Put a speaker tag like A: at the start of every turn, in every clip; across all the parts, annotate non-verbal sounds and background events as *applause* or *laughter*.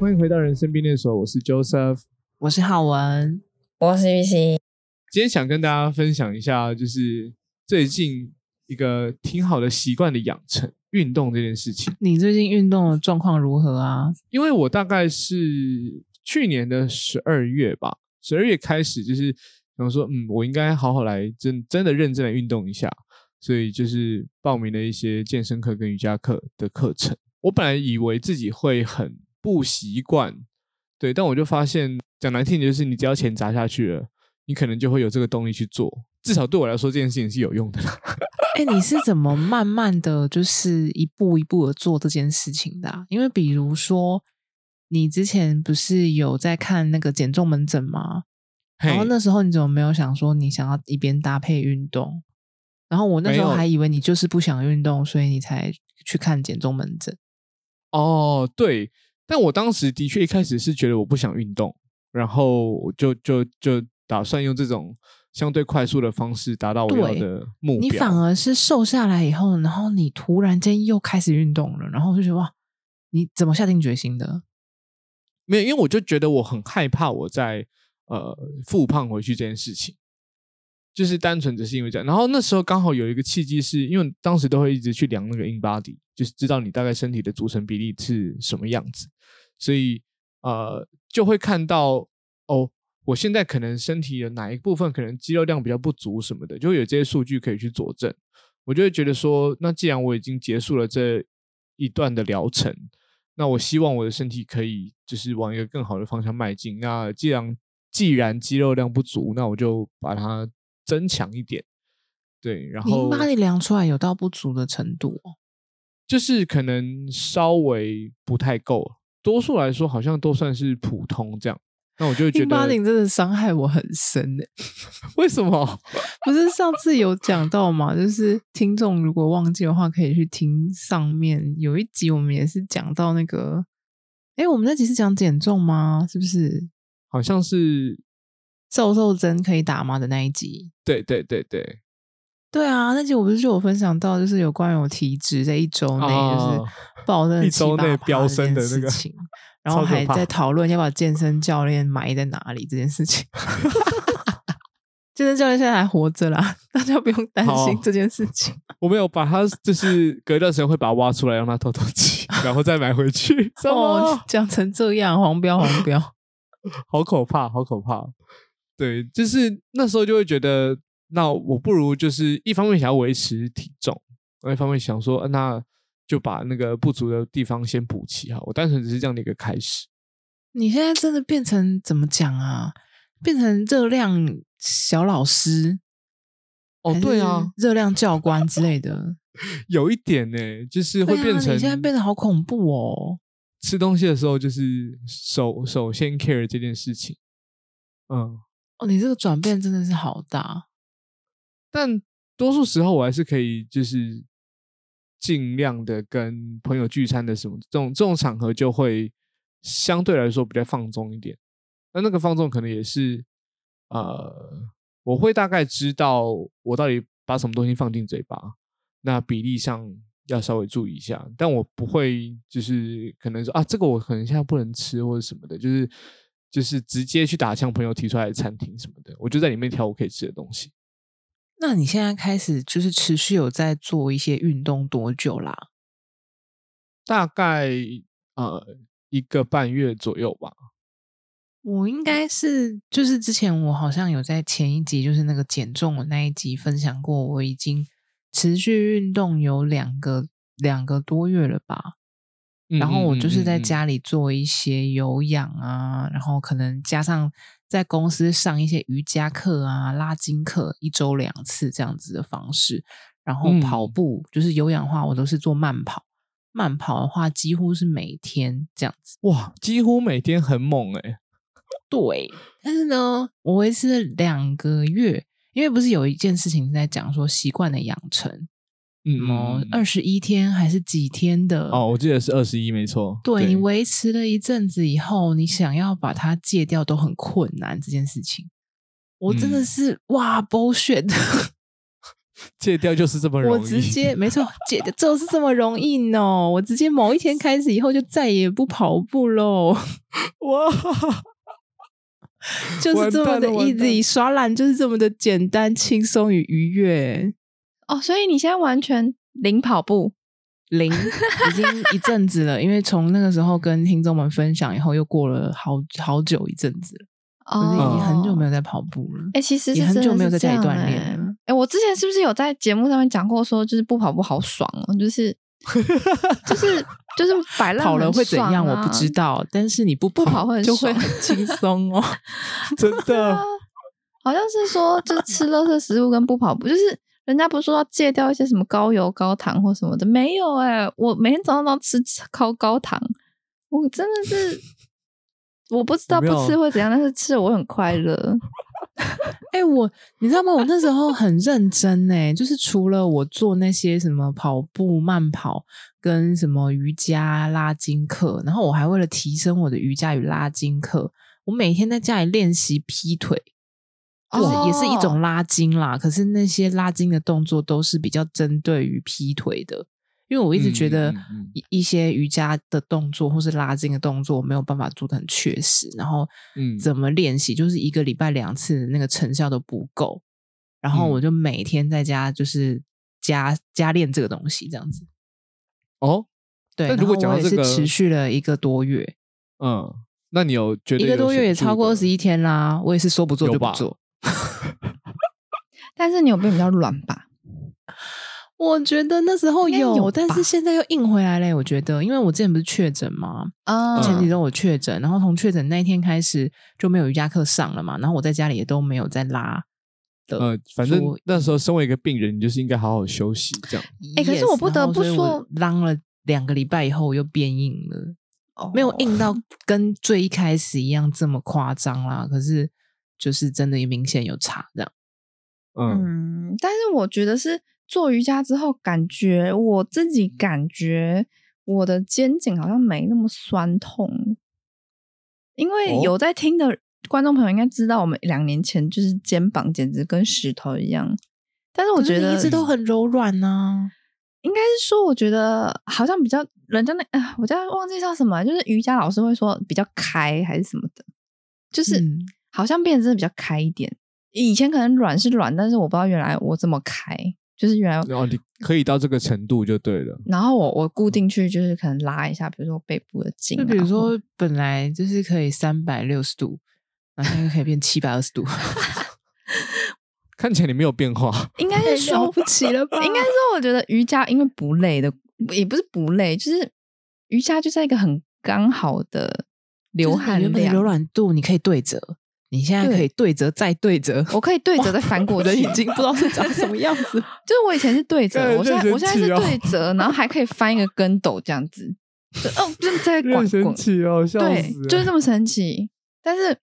A: 欢迎回到人生便利所，我是 Joseph。
B: 我是浩文，
C: 我是玉溪，
A: 今天想跟大家分享一下，就是最近一个挺好的习惯的养成，运动这件事情。
B: 你最近运动的状况如何啊？
A: 因为我大概是去年的十二月吧，十二月开始就是想说，嗯，我应该好好来真真的认真的运动一下，所以就是报名了一些健身课跟瑜伽课的课程。我本来以为自己会很不习惯，对，但我就发现讲难听点就是，你只要钱砸下去了，你可能就会有这个动力去做。至少对我来说，这件事情是有用的啦。
B: 哎、你是怎么慢慢的就是一步一步的做这件事情的、啊？因为比如说，你之前不是有在看那个减重门诊吗？然
A: *laughs*
B: 后
A: 嘿
B: 那时候你怎么没有想说你想要一边搭配运动？然后我那时候
A: 没有
B: 还以为你就是不想运动，所以你才去看减重门诊。
A: 哦，对，但我当时的确一开始是觉得我不想运动，然后我就就就打算用这种相对快速的方式达到我要
B: 对
A: 的目标。
B: 你反而是瘦下来以后，然后你突然间又开始运动了，然后我就觉得哇，你怎么下定决心的？
A: 没有，因为我就觉得我很害怕我在呃复胖回去这件事情，就是单纯只是因为这样。然后那时候刚好有一个契机是，因为当时都会一直去量那个 in body，就是知道你大概身体的组成比例是什么样子，所以呃就会看到哦，我现在可能身体的哪一部分可能肌肉量比较不足什么的，就会有这些数据可以去佐证。我就会觉得说，那既然我已经结束了这一段的疗程，那我希望我的身体可以就是往一个更好的方向迈进。那既然既然肌肉量不足，那我就把它增强一点。对，然
B: 你
A: 后
B: 把你量出来有到不足的程度哦，
A: 就是可能稍微不太够，多数来说好像都算是普通这样。那我就会觉
B: 零八
A: 得
B: 零真的伤害我很深的。
A: 为什么？
B: 不是上次有讲到嘛， *laughs* 就是听众如果忘记的话，可以去听上面有一集，我们也是讲到那个，哎，我们那集是讲减重吗？是不是
A: 好像是
B: 瘦瘦针可以打吗的那一集？
A: 对对对对，
B: 对啊，那集我不是就有分享到，就是有关于我体脂在一周内就是
A: 哦
B: 暴增
A: 一周内
B: 7-8%
A: 飙升的
B: 这件
A: 那个
B: 事情，
A: *laughs*
B: 然后
A: 超可
B: 还
A: 怕
B: 在讨论要把健身教练埋在哪里这件事情。 *laughs* 健身教练现在还活着啦， *laughs* 大家不用担心
A: 好
B: 这件事情。
A: 我没有把它，就是隔一段时间会把它挖出来，让它透透气，然后再买回去。怎
B: 哦
A: 么？，
B: 讲成这样，黄标黄标。
A: *laughs* 好可怕，好可怕。对，就是那时候就会觉得，那我不如就是一方面想要维持体重，另一方面想说，呃那就把那个不足的地方先补齐哈。我单纯只是这样的一个开始。
B: 你现在真的变成怎么讲啊？变成热量小老师
A: 哦，对啊，，
B: 热量教官之类的，
A: 有一点呢、就是会
B: 对啊
A: 变成、
B: 你现在变得好恐怖哦。
A: 吃东西的时候，就是首首先 care 这件事情。嗯，
B: 哦，你这个转变真的是好大。
A: 但多数时候我还是可以，就是尽量的跟朋友聚餐的什么这种这种场合，就会相对来说比较放纵一点。那那个放纵可能也是，呃，我会大概知道我到底把什么东西放进嘴巴，那比例上要稍微注意一下，但我不会就是可能说啊，这个我可能现在不能吃或者什么的，就是就是直接去打枪朋友提出来的餐厅什么的，我就在里面挑我可以吃的东西。
B: 那你现在开始就是持续有在做一些运动多久啦？
A: 大概呃一个半月左右吧。
B: 我应该是就是之前我好像有在前一集就是那个减重的那一集分享过，我已经持续运动有两个两个多月了吧。
A: 嗯
B: 然后我就是在
A: 家，
B: 家里做一些有氧啊，然后可能加上在公司上一些瑜伽课啊、拉筋课，一周两次这样子的方式。然后
A: 嗯
B: 跑步、就是有氧的话，我都是做慢跑，慢跑的话几乎是每天这样子。
A: 哇，几乎每天很猛哎、
B: 对，但是呢，我维持了两个月，因为不是有一件事情是在讲说习惯的养成，什么
A: 嗯，
B: 二十一天还是几天的
A: 哦，我记得是二十一，没错。
B: 对你维持了一阵子以后，你想要把它戒掉都很困难这件事情，我真的
A: 嗯 *laughs*
B: 是、哇 bullshit，
A: 戒掉就是这么容
B: 我
A: 易。
B: 直接没错，姐的就是这么容易呢。我直接某
A: *laughs*
B: 一天开始以后就再也不跑步喽，
A: 哇， *laughs*
B: 就是这么的
A: 完蛋了
B: easy，耍懒就是这么的简单、轻松与愉悦。
C: 哦，所以你现在完全零跑步，
B: 零已经一阵子了，因为从那个时候跟听众们分享以后，又过了好好久一阵子了，就是已经很久
A: 哦
B: 没有在跑步了。
C: 哦哎、其实是
B: 也很
C: 真的
B: 久没有在
C: 是
B: 家里
C: 这样
B: 锻炼
C: 欸
B: 了
C: 哎、我之前是不是有在节目上面讲过，说就是不跑步好爽哦，就是
B: *laughs*
C: 就是就是摆烂、啊
B: 跑了会怎样？我不知。道，但是啊你不
C: 不跑会很
B: 就会
C: 爽
B: 很 *laughs* 轻松哦。
A: 真的，
C: 好像是说，就是吃垃圾食物跟不跑步，就是人家不是说要戒掉一些什么高油、高糖或什么的，没有哎、我每天早上都要吃高高糖，我真的是 *laughs* 我不知道不
A: 有没有
C: 吃会怎样，但是吃了我很快乐。
B: 哎、我你知道吗？我那时候很认真哎、就是除了我做那些什么跑步、慢跑跟什么瑜伽、拉筋课，然后我还为了提升我的瑜伽与拉筋课，我每天在家里练习劈腿，就是也是
C: 哦
B: 一种拉筋啦。可是那些拉筋的动作都是比较针对于劈腿的，因 *laughs* 为我一直觉得
A: 嗯嗯嗯
B: 一一些瑜伽的动作或是拉筋的动作没有办法做的很确实，然后
A: 嗯
B: 怎么练习，就是一个礼拜两次，那个成效都不够。然后
A: 嗯
B: 我就每天在家就是加加练这个东西，这样子。
A: 哦，
B: 对，
A: 但如果
B: 然后
A: 讲到
B: 我也
A: 这
B: 是
A: 个
B: 持续了一个多月，
A: 嗯，那你有觉得
B: 一个
A: 有
B: 多月也超过二十
A: 一？
B: 一天啦。我也是说不做
A: 有
B: 就不
A: 吧
B: 做。
C: 但是你有变比较软吧？
B: 我觉得那时候
C: 应该
B: 有，
C: 有
B: 但
C: 吧
B: 是现在又硬回来了。我觉得，因为我之前不是确诊吗？
C: 啊
B: 前几周我确诊，然后从确诊那一天开始就没有瑜伽课上了嘛，然后我在家里也都没有再拉的。
A: 呃，反正
B: 说
A: 那时候身为一个病人，你就是应该好好休息，这样。
C: 欸可是我
B: Yes，
C: 不得
B: 然后
C: 不
B: 所以我
C: 说
B: 浪了两个礼拜以后，我又变硬了，没有硬到
C: 哦
B: 跟最一开始一样这么夸张啦。可是就是真的也明显有差，这样哦
A: 嗯，
C: 嗯，但是我觉得是做瑜伽之后，感觉我自己感觉我的肩颈好像没那么酸痛，因为
A: 哦
C: 有在听的观众朋友应该知道，我们两年前就是肩膀简直跟石头一样，但是我
B: 可是
C: 觉
B: 你
C: 得嗯
B: 一直都很柔软啊呢、
C: 应该是说，我觉得好像比较人家那啊，我家忘记叫什么，就是瑜伽老师会说比较开还是什么的，就是、
B: 嗯
C: 好像变得真的比较开一点。以前可能软是软，但是我不知道原来我这么开，就是原来，
A: 然后你可以到这个程度就对了。
C: 然后我我固定去就是可能拉一下，比如说背部的筋、
B: 就
C: 啊，
B: 比如
C: 或
B: 说本来就是可以三百六十度，然后现在可以变七百二十度，
A: 看起来你没有变化，
C: 应该是说
B: 不起了吧
C: 应该说，我觉得瑜伽因为不累的，也不是不累，就是瑜伽就在一个很刚好的 *laughs* 流汗
B: 就是你原本的
C: 量，
B: 柔软度你可以对折，你现在可以对折再对折。
C: 我可以对折再翻过
B: 我
C: 去，
B: 人已经不知道是长什么样子了，
C: *laughs* 就是我以前是对折，
A: 干
C: 我现在
A: 认真
C: 我现在是
A: 气哦
C: 对折，然后还可以翻一个跟斗这样子， *laughs* 就哦，就
B: *laughs*
C: 在
A: 很 *laughs*
C: 滚滚，
A: 哦，笑
C: 对，就是这么神奇。但是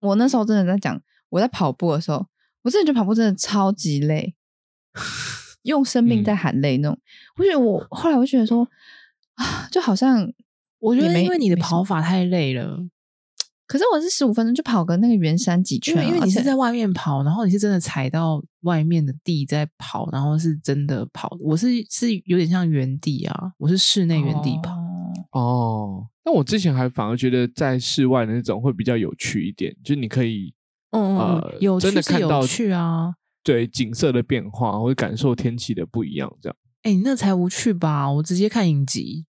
C: 我那时候真的在讲，我在跑步的时候，我真的觉得跑步真的超级
B: *laughs*
C: 累，用生命
B: 嗯
C: 在喊累那种。我觉得我后来我就觉得说啊，就好像
B: 我觉
C: 也
B: 得
C: 没
B: 因为你的
C: 没什么
B: 跑法太累了，
C: 可是我是十五分钟就跑个那个圆山几
B: 因
C: 圈啊、
B: 为因为你
C: 而
B: 是
C: 且
B: 在外面跑，然后你是真的踩到外面的地在跑，然后是真的跑。我是是有点像原地啊，我是室内原地跑。
C: 哦
A: 哦。那我之前还反而觉得在室外的那种会比较有趣一点，就是你可以
B: 嗯嗯嗯
A: 呃
B: 有
A: 真
B: 趣
A: 的
B: 是
A: 看
B: 有
A: 到
B: 趣啊。
A: 对景色的变化，或者感受天气的不一样，这样。
B: 哎、你那才无趣吧？我直接看影集。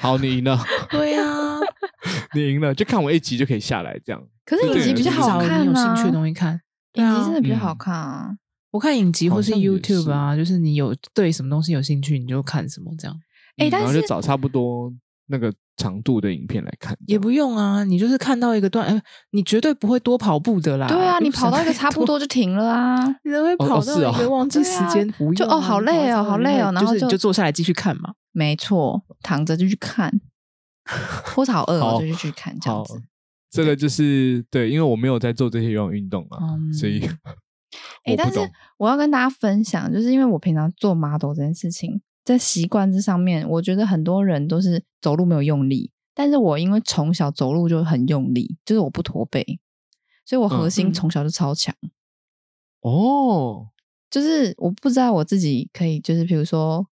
A: 好，你赢了， *laughs*
B: 对啊，
A: 你赢了，就看我一集就可以下来，这样。
C: 可是
A: 对
C: 影集
A: 对
C: 比较
A: 你
C: 好
B: 找你
C: 看啊，
B: 有兴趣的东西看。对
C: 影集
B: 啊
C: 真，的比较
A: 嗯
C: 好看啊。
B: 我看影集或
A: 好
B: 是
A: 像也
B: YouTube 啊，就是你有对什么东西有兴趣，你就看什么这样。
C: 哎
A: 嗯
C: 但
A: 然后就是找差不多那个长度的影片来看，这
B: 也
A: 样
B: 不用啊，你就是看到一个段，哎、你绝对不会多跑步的啦。
C: 对啊，
B: 又
C: 你
B: 不
C: 跑
B: 哎想
C: 到一个
B: 太
C: 差不
B: 多
C: 多就停了啊。
B: 人会
A: 哦
B: 跑
A: 是
B: 到一
A: 哦
B: 个忘记
C: 对
B: 时
C: 啊
B: 间，不
C: 就
B: 用
C: 哦
B: 啊
C: 好
B: 你跑
C: 累
B: 到
C: 哦
B: 这
C: 好
B: 里
C: 累
B: 面
C: 哦然
B: 就是
C: 后
B: 你
C: 就
B: 就坐下来继续看嘛。
C: 没错，躺着就
B: *laughs*
C: 去看，或者好饿哦
A: 好
C: 就去去看这样
A: 好
C: 子。，
A: 这个就是对，因为我没有在做这些有氧运动啊，
C: 嗯
A: 所以
C: 哎
A: 我
C: 但
A: 不
C: 是
A: 懂。
C: 我要跟大家分享，就是因为我平常做 model 这件事情，在习惯这上面，我觉得很多人都是走路没有用力，但是我因为从小走路就很用力，就是我不驼背，所以我核
A: 嗯
C: 心
B: 嗯
C: 从小就超强。
A: 哦，
C: 就是我不知道我自己可以，就是比如说，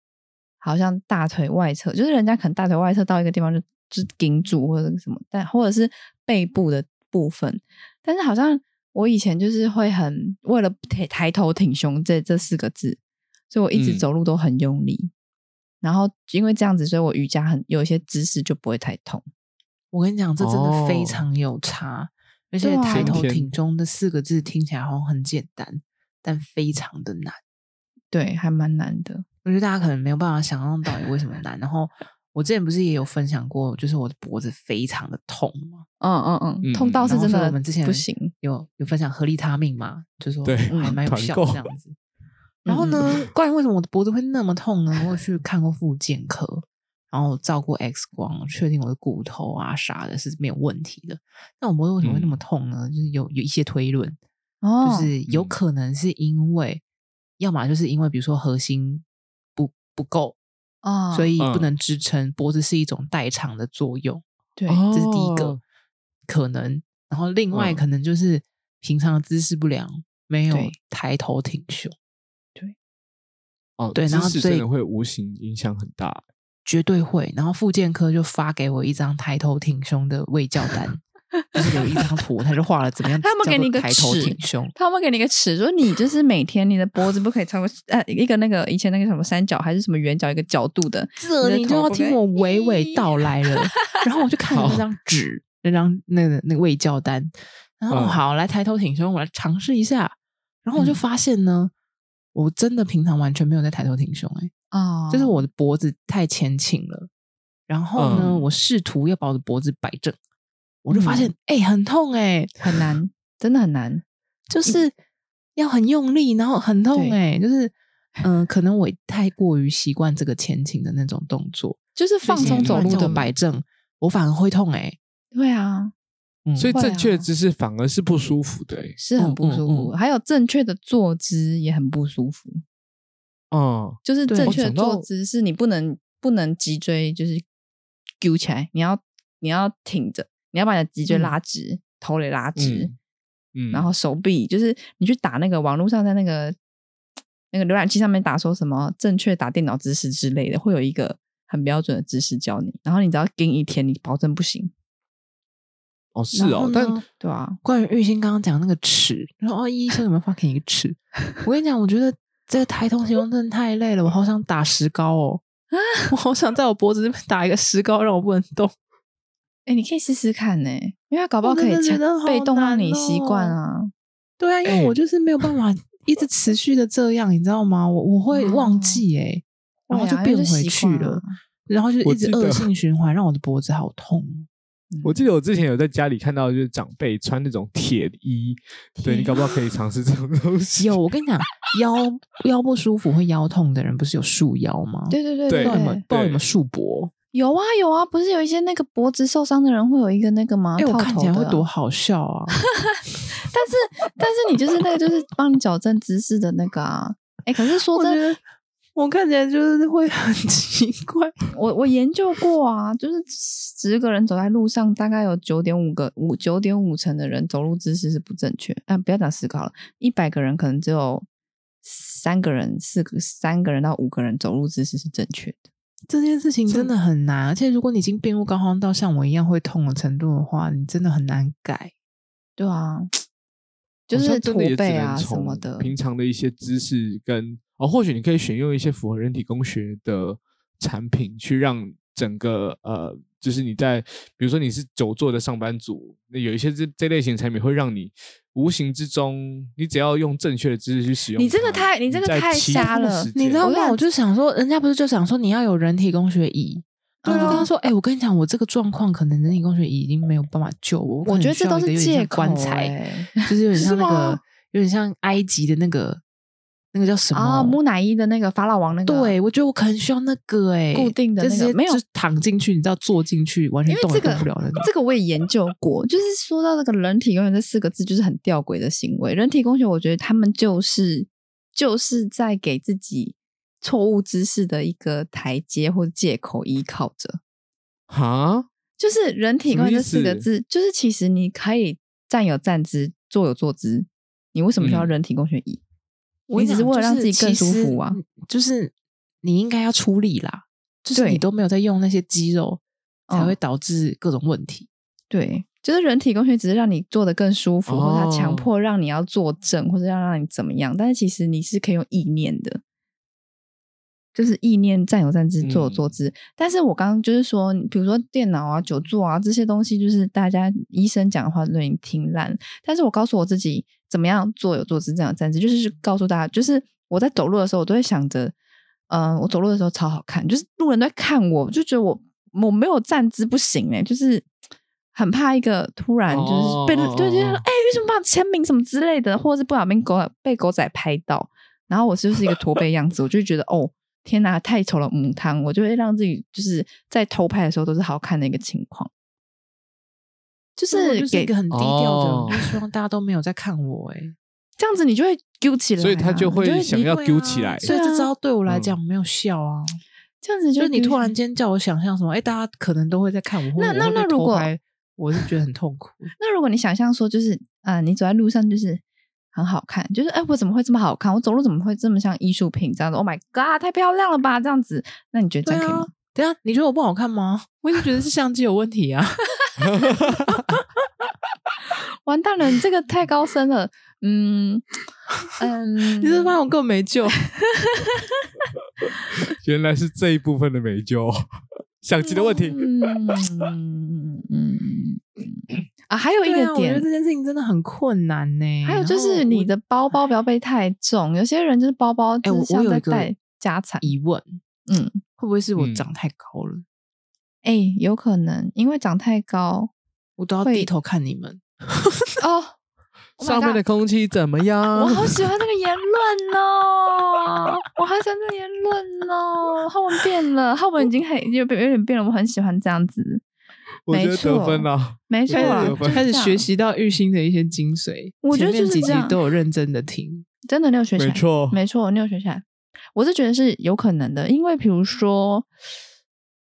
C: 好像大腿外侧，就是人家可能大腿外侧到一个地方就就顶住或者什么，但或者是背部的部分，但是好像我以前就是会很为了抬抬头挺胸这这四个字，所以我一直
A: 嗯
C: 走路都很用力。然后因为这样子，所以我瑜伽很有一些姿势就不会太痛。
B: 我跟你讲，这真的非
A: 哦
B: 常有差，而
C: 对
B: 且
C: 啊
B: 抬头
A: 先天
B: 挺胸这四个字听起来好像很简单，但非常的难。
C: 对，还蛮难的。
B: 我觉得大家可能没有办法想象到底为什么难。然后我之前不是也有分享过，就是我的脖子非常的痛嘛，
C: 嗯嗯嗯，
A: 嗯
C: 痛到是
B: 然后
C: 真
B: 所以
C: 的，
B: 我们之前
C: 不行。
B: 有有分享合利他命嘛，就说
A: 对
B: 嗯还蛮有
A: 团
B: 效
A: 购嗯
B: 这样子。然后呢，关于为什么我的脖子会那么痛呢？我有去看过复健科，然后照过 X 光，确定我的骨头啊啥的是没有问题的。那我脖子为什么会那么
A: 嗯
B: 痛呢？就是有有一些推论，
C: 哦，
B: 就是有
A: 嗯
B: 可能是因为，要么就是因为比如说核心不不够，
C: 哦，
B: 所以不
A: 嗯
B: 能支撑，脖子是一种代偿的作用。
C: 对，
A: 哦
B: 这是第一个
A: 哦
B: 可能。然后另外
A: 嗯
B: 可能就是平常的姿势不良，没有
C: 对
B: 抬头挺胸，
A: 哦，
B: 对然后
A: 姿势
B: 所以
A: 真的会无形影响很大。
B: 绝对会。然后复健科就发给我一张抬头挺胸的卫教单，就是有一张图，他就画了怎么样，
C: 他们给你一个
B: 抬头
C: 尺
B: 挺胸，
C: 他们给你一个尺，说你就是每天你的脖子不可以超过呃一个那个以前那个什么三角还是什么圆角一个角度的，
B: 这
C: 你的
B: 你就要
C: 头不可以
B: 听我娓娓道来了。 *laughs* 然后我就看了那张纸，那张那个那个卫教单，然
A: 嗯
B: 后、哦好来抬头挺胸，我来尝试一下。然后我就
C: 嗯
B: 发现呢，我真的平常完全没有在抬头挺胸、欸，
C: 哦
B: 就是我的脖子太前倾了。然后呢，
A: 嗯
B: 我试图要把我的脖子摆正，我就发现哎、欸很痛哎、
C: 很难，真的很难。
B: 就是要很用力，然后很痛哎、就是嗯、呃可能我太过于习惯这个前倾的那种动作，
C: 就是放松走路
B: 的
C: 的
B: 摆，正，我反而会痛哎、
C: 对啊，
B: 嗯
A: 所以
C: 会
A: 正确的
C: 啊
A: 姿势反而是不舒服的、欸。
C: 是很不舒服。
B: 嗯嗯嗯
C: 还有正确的坐姿也很不舒服，
A: 嗯，
C: 就是
B: 对
C: 正确的
A: 哦讲到
C: 坐姿是你不能不能脊椎就是揪起来，你要你要挺着，你要把你的脊椎
B: 嗯
C: 拉直，头也拉直，
A: 嗯嗯，
C: 然后手臂，就是你去打那个网络上在那个那个浏览器上面打说什么正确打电脑姿势之类的，会有一个很标准的姿势教你，然后你只要盯一天，你保证不行，
A: 哦是
B: 然后
A: 哦，
B: 呢
A: 但
C: 对啊，
B: 关于玉兴刚刚讲那个尺，然后哦，医生有没有发给你一个 *laughs* 尺？我跟你讲，我觉得这个抬头挺胸真的太累了，我好想打石膏哦，我好想在我脖子这边打一个石膏，让我不能 *laughs* 动。
C: 哎、你可以试试看呢、因为它搞不好
B: 我
C: 可
B: 真
C: 以
B: 的觉
C: 强
B: 得好
C: 被动让你
B: 难
C: 习惯
B: 哦
C: 啊。
B: 对啊，因为
A: 哎
B: 我就是没有办法一直持续的这样，你知道吗？我我会忘记哎、然后
C: 对
B: 就
C: 啊因
B: 变
C: 为
B: 回
C: 习
B: 去
C: 惯
B: 了
C: 啊，
B: 然后就
A: 我
B: 一直
A: 记得
B: 恶性循环，让我的脖子好痛。
A: 我记得我之前有在家里看到，就是长辈穿那种铁衣，对你搞不好可以尝试这种东西。
B: 有，我跟你讲，腰 *laughs* 腰不舒服会腰痛的人，不是有束腰吗？
C: 对对对
A: 对
B: 不知道有没有
C: 对
B: 不，知道有没有束脖？
C: *laughs* 有啊有啊，不是有一些那个脖子受伤的人会有一个那个吗？
B: 哎、我
C: 套
B: 看
C: 头
B: 起来会
C: 的啊
B: 多好笑
C: *laughs*
B: 啊！
C: 但是但是你就是那个就是帮你矫正姿势的那个啊。哎、可是说
B: 我
C: 真
B: 觉
C: 的，
B: 得我看起来就是会
C: *laughs*
B: 很奇怪。
C: 我我研究过啊，就是十个人走在路上，大概有九点五个五九点五成的人走路姿势是不正确。啊，不要讲十个好了，一百个人可能只有三个人、四个三个人到五个人走路姿势是正确的。
B: 这件事情
A: 这
B: 真的很难，而且如果你已经病入膏肓到像我一样会痛的程度的话，你真的很难改。
C: 对啊， *laughs* 就
A: 好
C: 是
A: 像真
C: 驼
A: 的也只
C: 背
A: 能
C: 啊什
A: 从
C: 么的。
A: 平常的一些姿势跟哦，或许你可以选用一些符合人体工学的产品，去让整个呃，就是你在比如说你是久坐的上班族，那有一些这这类型的产品会让你无形之中，你只要用正确的姿势去使用它，
C: 你这个太你这个
A: 在
C: 太
A: 欺
C: 瞎
A: 负
C: 了
A: 时
B: 你知
A: 间
B: 道
C: 我跟你
B: 吗？
C: 讲
B: 我就想说，人家不是就想说你要有人体工学椅。
C: 对
B: 对我
C: 啊
B: 就跟他说：“哎、我跟你讲，我这个状况可能人体工学椅已经没有办法救我，
C: 我
B: 可能
C: 觉得
B: 需
C: 这
B: 要
C: 都
B: 一
C: 是
B: 个有
C: 借
B: 点像
C: 口
B: 棺材
C: 欸，
B: 就是
C: *laughs*
B: 有点像
A: 是
B: 那个
A: 吗，
B: 有点像埃及的那个，那个叫什么？
C: 啊，木乃伊的那个法老王那个，
B: 对，，我觉得我可能需要那个哎、
C: 固定的
B: 就
C: 那
B: 直
C: 个
B: 接
C: 没有
B: 就是躺进去，你知道坐进去完
C: 因
B: 全
C: 为
B: 动
C: 这
B: 也
C: 个
B: 动不了的那种。
C: 这个我也研究过，就是说到这个人体工学这四个字，就是很吊诡的行为。人体工学，我觉得他们就是就是在给自己错误知识的一个台阶或借口依靠着。
A: 哈，
C: 就是人体工学这四个字，就是其实你可以站有站姿，坐有坐姿，你为什么需
A: 嗯
C: 要人体工学椅？
B: 我
C: 你
B: 跟
C: 只是
B: 讲
C: 为了
B: 就
C: 让自己
B: 其
C: 更舒
B: 实
C: 服啊
B: 你就是你应该要出力啦，就是
C: 对
B: 你都没有在用那些肌肉，才
C: 嗯
B: 会导致各种问题。
C: 对，就是人体工学只是让你做的更舒服，或者它强
A: 哦
C: 迫让你要坐正，或者要让你怎么样。但是其实你是可以用意念的，就是意念站有站姿，坐有坐
A: 嗯
C: 姿。但是我刚刚就是说，比如说电脑啊、久坐啊这些东西，就是大家医生讲的话都已经听烂了。但是我告诉我自己怎么样坐有坐姿，这样有站姿，就是告诉大家，就是我在走路的时候，我都会想着，嗯、我走路的时候超好看，就是路人都在看我，就觉得我我没有站姿不行哎、就是很怕一个突然就是被、
A: 哦
C: 对，就是
A: 哦
C: 哎、
A: 哦
C: 为什么帮我签名什么之类的，或者是不小心狗被狗仔拍到，然后我就是一个驼背样子，我就觉得哦。天哪，太丑了，母汤！我就会让自己就是在偷拍的时候都是好看的一个情况，就
B: 那我
C: 是
B: 就是
C: 给
B: 一个很低调的人，我
A: 哦
B: 就希望大家都没有在看我、欸。
C: 这样子你就会揪起来啊、
A: 所以他就
C: 你会
A: 会想
C: 你
A: 要
B: 对啊
A: 丢起来
B: 所以这招对我来
A: 嗯
B: 讲没有效啊。
C: 这样子
B: 就是你
C: 丢
B: 突
C: 起来
B: 然间叫我想象什么，哎、大家可能都会在看我，或
C: 那
B: 者
C: 那
B: 我会被
C: 那如
B: 偷
C: 果
B: 拍我是觉得很痛苦。
C: 那如果你想象说，就是啊、呃你走在路上就是很好看，就是哎、我怎么会这么好看？我走路怎么会这么像艺术品这样子？Oh my god，太漂亮了吧！这样子，那你觉得这
B: 对
C: 样可以
B: 啊
C: 吗？，
B: 等一下你觉得我不好看吗？我一直觉得是相机有问题啊。
C: 完蛋了，你这个太高深了。
B: *laughs*
C: 嗯 *laughs* 嗯，
B: 你是不是发现我根本没救？
A: 原来是这一部分的美灸，相机的问题。
C: 嗯嗯嗯啊，还有一
B: 对啊
C: 个
B: 我觉
C: 点
B: 得这，件事情真的很困难呢、
C: 还有就
B: 然后
C: 是你
B: 我
C: 的包包不要背太重，有些人就是包包
B: 哎、
C: 就是
B: 我我
C: 像
B: 有
C: 在
B: 一个
C: 带家产，
B: 疑问，
C: 嗯，
B: 会不会是我
A: 嗯
B: 长太高了，
C: 哎、有可能因为长太高
B: 我都要
C: 会
B: 低头看你们？
C: 哦。Oh my
A: 上面
C: god
A: 的空气怎么样？ *laughs*
C: 我好喜欢这个言论哦，我好喜欢这个言论哦。浩文变了，浩文已经很有点有点变了，我很喜欢这样子，
A: 我觉得
C: 没错
A: 得分了。
C: 没错
A: 开始
C: 啊，
A: 有
C: 就是
A: 分
B: 开始
C: 这样
B: 学，习到玉兴的一些精髓，
C: 我觉得
B: 前面
C: 就是
B: 几
C: 这
B: 集
C: 样
B: 都有认真的听，
C: 真的你有学起来，
A: 没错
C: 没错，你有学起来。我是觉得是有可能的，因为比如说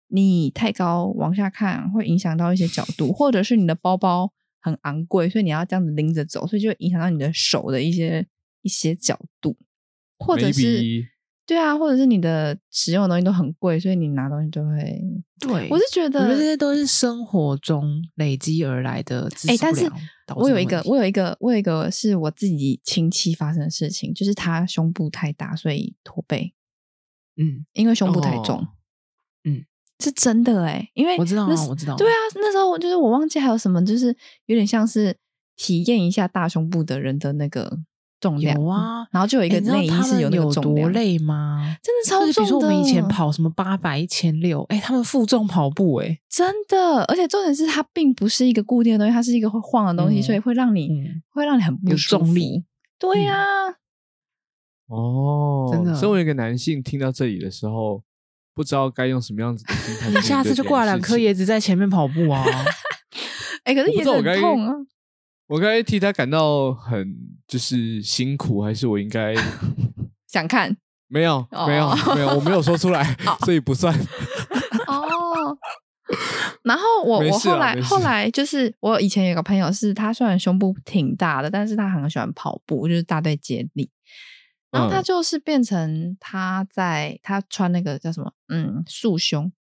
C: 你太高往下看会影响到一些角度，或者是你的包包很昂贵，所以你要这样子拎着走，所以就会影响到你的手的一些一些角度，或者是。
A: Maybe
C: 对啊，或者是你的使用的东西都很贵，所以你拿东西就会。
B: 对
C: 我是觉
B: 我觉得这
C: 得，
B: 些都是生活中累积而来的知识
C: 哎但
B: 不
C: 是
B: 良导致
C: 我有
B: 的
C: 一
B: 问
C: 个，
B: 题
C: 我有一个，我有一个是我自己亲戚发生的事情，就是他胸部太大，所以驼背，
B: 嗯，
C: 因为胸部太
A: 哦
C: 重。
B: 嗯，
C: 是真的哎、因为
B: 我知道啊
C: 那，是
B: 我知道，
C: 对啊，，那时候就是我忘记还有什么，就是有点像是体验一下大胸部的人的那个重量嗯
B: 有啊
C: 然后就有一个
B: 哎你知道
C: 内衣
B: 他
C: 是
B: 们
C: 有那个
B: 有
C: 重
B: 多
C: 量
B: 累吗？
C: 真的
B: 就
C: 超重的。
B: 是比如说我们以前跑什么八百、一千六，哎，他们负重跑步、哎，
C: 真的，而且重点是它并不是一个固定的东西，它是一个会晃的东西，
B: 嗯
C: 所以会让你、
B: 嗯
C: 会让你很不
B: 有
C: 舒
B: 重
C: 服
B: 力。
C: 对啊
B: 嗯
C: 呀、
A: 哦，
B: 真的
A: 身为一个男性，听到这里的时候，不知道该用什么样子的心
C: *laughs*
A: 态。
B: 你下次就挂两颗椰，子在前面跑步啊！
C: 哎、可
A: 我
C: 是
A: 不
C: 也
A: 知道我
C: 很
A: 该
C: 痛啊。
A: *laughs* 我该替他感到很就是辛苦，还是我应 *laughs* 该
C: 想看
A: 没有
C: 哦
A: 没有没有，我没有说出
C: *laughs*
A: 来，所以不算。
C: 哦。
A: *laughs*
C: 然后我
A: 没
C: 我
A: 事啊
C: 后来
A: 没事
C: 后来就是我以前有个朋友是，他虽然胸部挺大的，但是他很喜欢跑步，就是大队接力。然后他
A: 嗯
C: 就是变成他在他穿那个叫什么嗯束胸，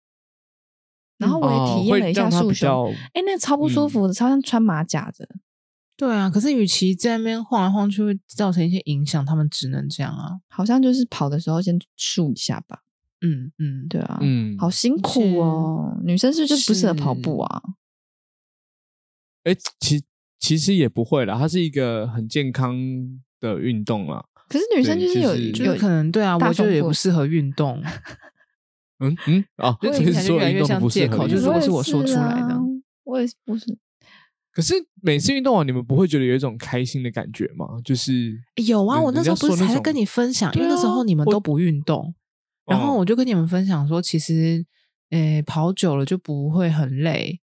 C: 然后我也体验了一下束胸，
A: 嗯哦哦，会让他比较
C: 哎、那个超不舒
A: 嗯
C: 服的，超像穿马甲的。
B: *laughs* 对啊，可是与其在那边晃来晃去，会造成一些影响，他们只能这样啊。
C: 好像就是跑的时候先竖一下吧。
B: 嗯嗯，
C: 对啊，
A: 嗯，
C: 好辛苦哦。女生是不是就不适合跑步啊？
A: 哎、其其实也不会啦，它是一个很健康的运动啦。
C: 可是女生
A: 对
C: 是有
A: 就是
B: 就
C: 有
B: 是可能对啊，
C: 大
B: 我觉得
C: 胸
B: 也
C: 部
B: 不适合运
C: *laughs*
B: 动。
A: 嗯嗯哦，
B: 我也
A: 所以
B: 听起来
A: 所有
B: 就越来
A: 运
B: 越
A: 动都
B: 像
A: 不适
B: 借
A: 口，
B: 口
A: 合
B: 就
A: 理
B: 是
A: 吗
B: 如果是我说出来的
C: 啊我也是不是。
A: 可是每次运动完，你们不会觉得有一种开心的感觉吗？就是
B: 有啊，
A: 人
B: 我那
A: 人
B: 时候
A: 家
B: 不
A: 说
B: 是
A: 那
B: 才在
A: 种
B: 跟你分享，因为
A: 对
B: 那时候
A: 啊
B: 你们
A: 我
B: 都不运动，然后
A: 嗯
B: 我就跟你们分享说，其实，呃，跑久了就不会很累，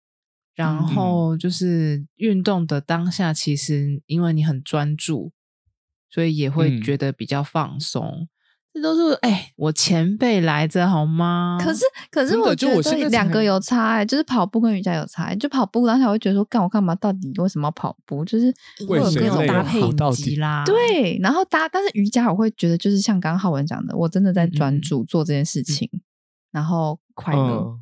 B: 然
C: 嗯
B: 后就是运动的当下，其实因为你很专注，所以也会
A: 嗯
B: 觉得比较放松。这都是哎，我前辈来着好吗？
C: 可是，可是
A: 真的
C: 我
A: 就
C: 觉
A: 我现在
C: 得
A: 才
C: 两个有差、欸，就是跑步跟瑜伽有差、欸。就跑步当下我会觉得说，干我干嘛？到底为什么要跑步？就是
A: 为
B: 会有
A: 谁
B: 各种
A: 累
B: 搭
A: 啊
B: 配
A: 好到
B: 影
A: 底
B: 集啦，，
C: 对，然后搭，但是瑜伽我会觉得就是像刚刚浩文讲的，我真的在专
B: 嗯
C: 注做这件事情，然后快乐。
A: 嗯，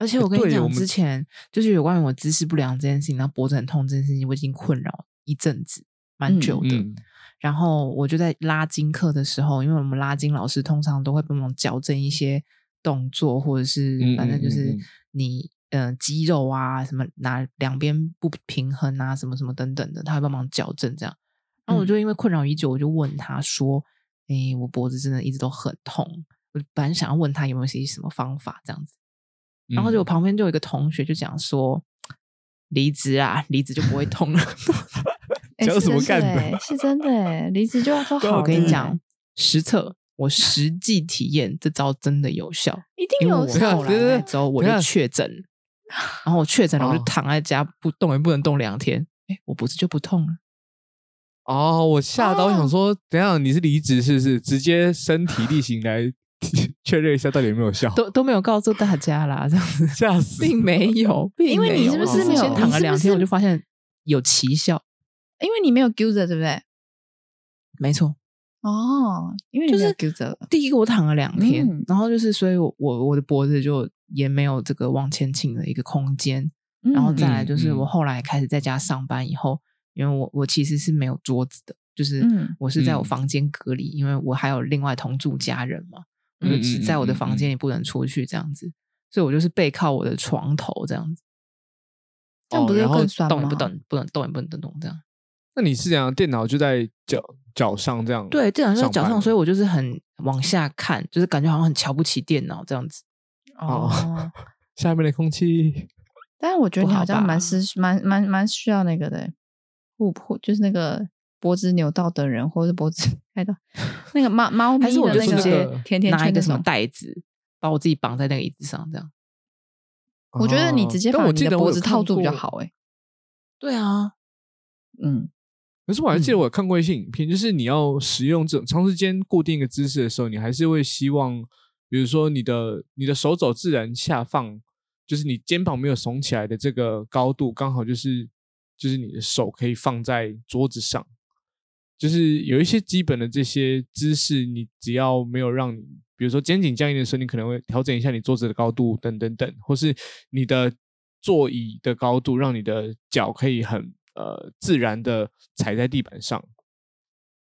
B: 而且
A: 欸
B: 我跟
A: 对
B: 你
A: 耶我
B: 讲，
A: 们
B: 之前就是有关于我姿势不良这件事情，然后脖子很痛这件事情，我已经困扰一阵子，蛮
C: 嗯
B: 久的。
A: 嗯
B: 然后我就在拉筋课的时候，因为我们拉筋老师通常都会帮忙矫正一些动作，或者是
A: 嗯
B: 反正就
A: 嗯
B: 是
A: 嗯嗯
B: 你呃肌肉啊什么哪两边不平衡啊什么什么等等的，他会帮忙矫正这样。然后我
A: 嗯
B: 就因为困扰已久，我就问他说：“诶、我脖子真的一直都很痛。”我本来想要问他有没有一些什么方法这样子，然
C: 嗯
B: 后就我旁边就有一个同学就讲说：“离职啊，离职就不会痛
C: *laughs*
B: 了。” *laughs*
C: 欸
A: 讲
C: 是
A: 什么
C: 真
A: 干
C: 的
A: 的
C: 欸？是真的欸，离职就要说
A: 对啊
C: 好。
A: 我
B: 我跟你讲，，实测我实际体验这招真的有效，
C: 一定
B: 因为我
C: 有
B: *laughs*
C: 效
B: 后来
A: 等一下
B: 那周我
A: 等一
B: 就
A: 下
B: 确诊了，然后我确诊了，我
A: 哦
B: 就躺在家不动也不能动两天，哎，我脖子就不痛了。
A: 哦，我吓到，我
B: 啊
A: 想说，等一下你是离职是不是？直接身体力行来 *laughs* 确认一下到底有没有效，
B: 都都没有告诉大家啦，这样
C: *laughs*
B: 子
A: 吓死！
B: 并没有，并
C: 因为
B: 没
C: 你
B: 有
C: 是不
B: 我只
A: 是没有
B: 先躺
A: 你
B: 了
C: 是不
B: 两
C: 是
B: 天，我就发现有奇效，
C: 因为你没有 g u i l 对不对？
B: 没错，
C: 哦，因为你
B: 就
C: 没有
B: 是
C: g u i l
B: 第一个我躺了两天，
C: 嗯
B: 然后就是所以我我我的脖子就也没有这个往前倾的一个空间，然后再来就是
A: 嗯嗯
B: 我后来开始在家上班以后，因为我我其实是没有桌子的，就是
C: 嗯
B: 我是在我
A: 嗯
B: 房间隔离，因为我还有另外同住家人嘛，我就
A: 嗯
B: 只
A: 嗯
B: 在我的
A: 嗯嗯
B: 房间里不能出去这样子，所以我就是背靠我的床头这样子，
C: 这样不是
A: 然后
C: 更酸
B: 哦
C: 吗？
B: 动也不动，不能动也不能动这样。
A: 那你是讲电脑就在脚脚上这样？
B: 对，电脑就在脚
A: 班
B: 上，所以我就是很往下看，就是感觉好像很瞧不起电脑这样子。
C: 哦。
A: 下面的空气
C: 但是我觉得
B: 不
C: 你好
B: 好
C: 像
B: 吧
C: 蛮是蛮蛮蛮需要那个的欸，互互就是那个脖子扭到的人，或者是脖子 *laughs* 开到那个猫猫
B: 还
C: 咪
B: 是我
C: 的
B: 就
C: 那
B: 直接
C: 个甜甜
B: 拿
C: 圈
B: 一个
C: 的
B: 什么
C: 么，
B: 袋子，把我自己绑在那个椅子上这样。
C: 我觉得你直接
A: 哦但
C: 把
A: 我
C: 你
A: 记
C: 的
A: 得我
C: 脖
A: 有
C: 子套
A: 看
C: 住比较
A: 过
C: 好哎。
B: 对啊，
C: 嗯，
A: 可是我还记得
B: 嗯
A: 我有看过一些影片，就是你要使用这种长时间固定一个姿势的时候，你还是会希望，比如说你的你的手肘自然下放，就是你肩膀没有耸起来的这个高度，刚好就是就是你的手可以放在桌子上，就是有一些基本的这些姿势，你只要没有让你，比如说肩颈僵硬的时候，你可能会调整一下你桌子的高度等等等，或是你的座椅的高度，让你的脚可以很呃自然的踩在地板上，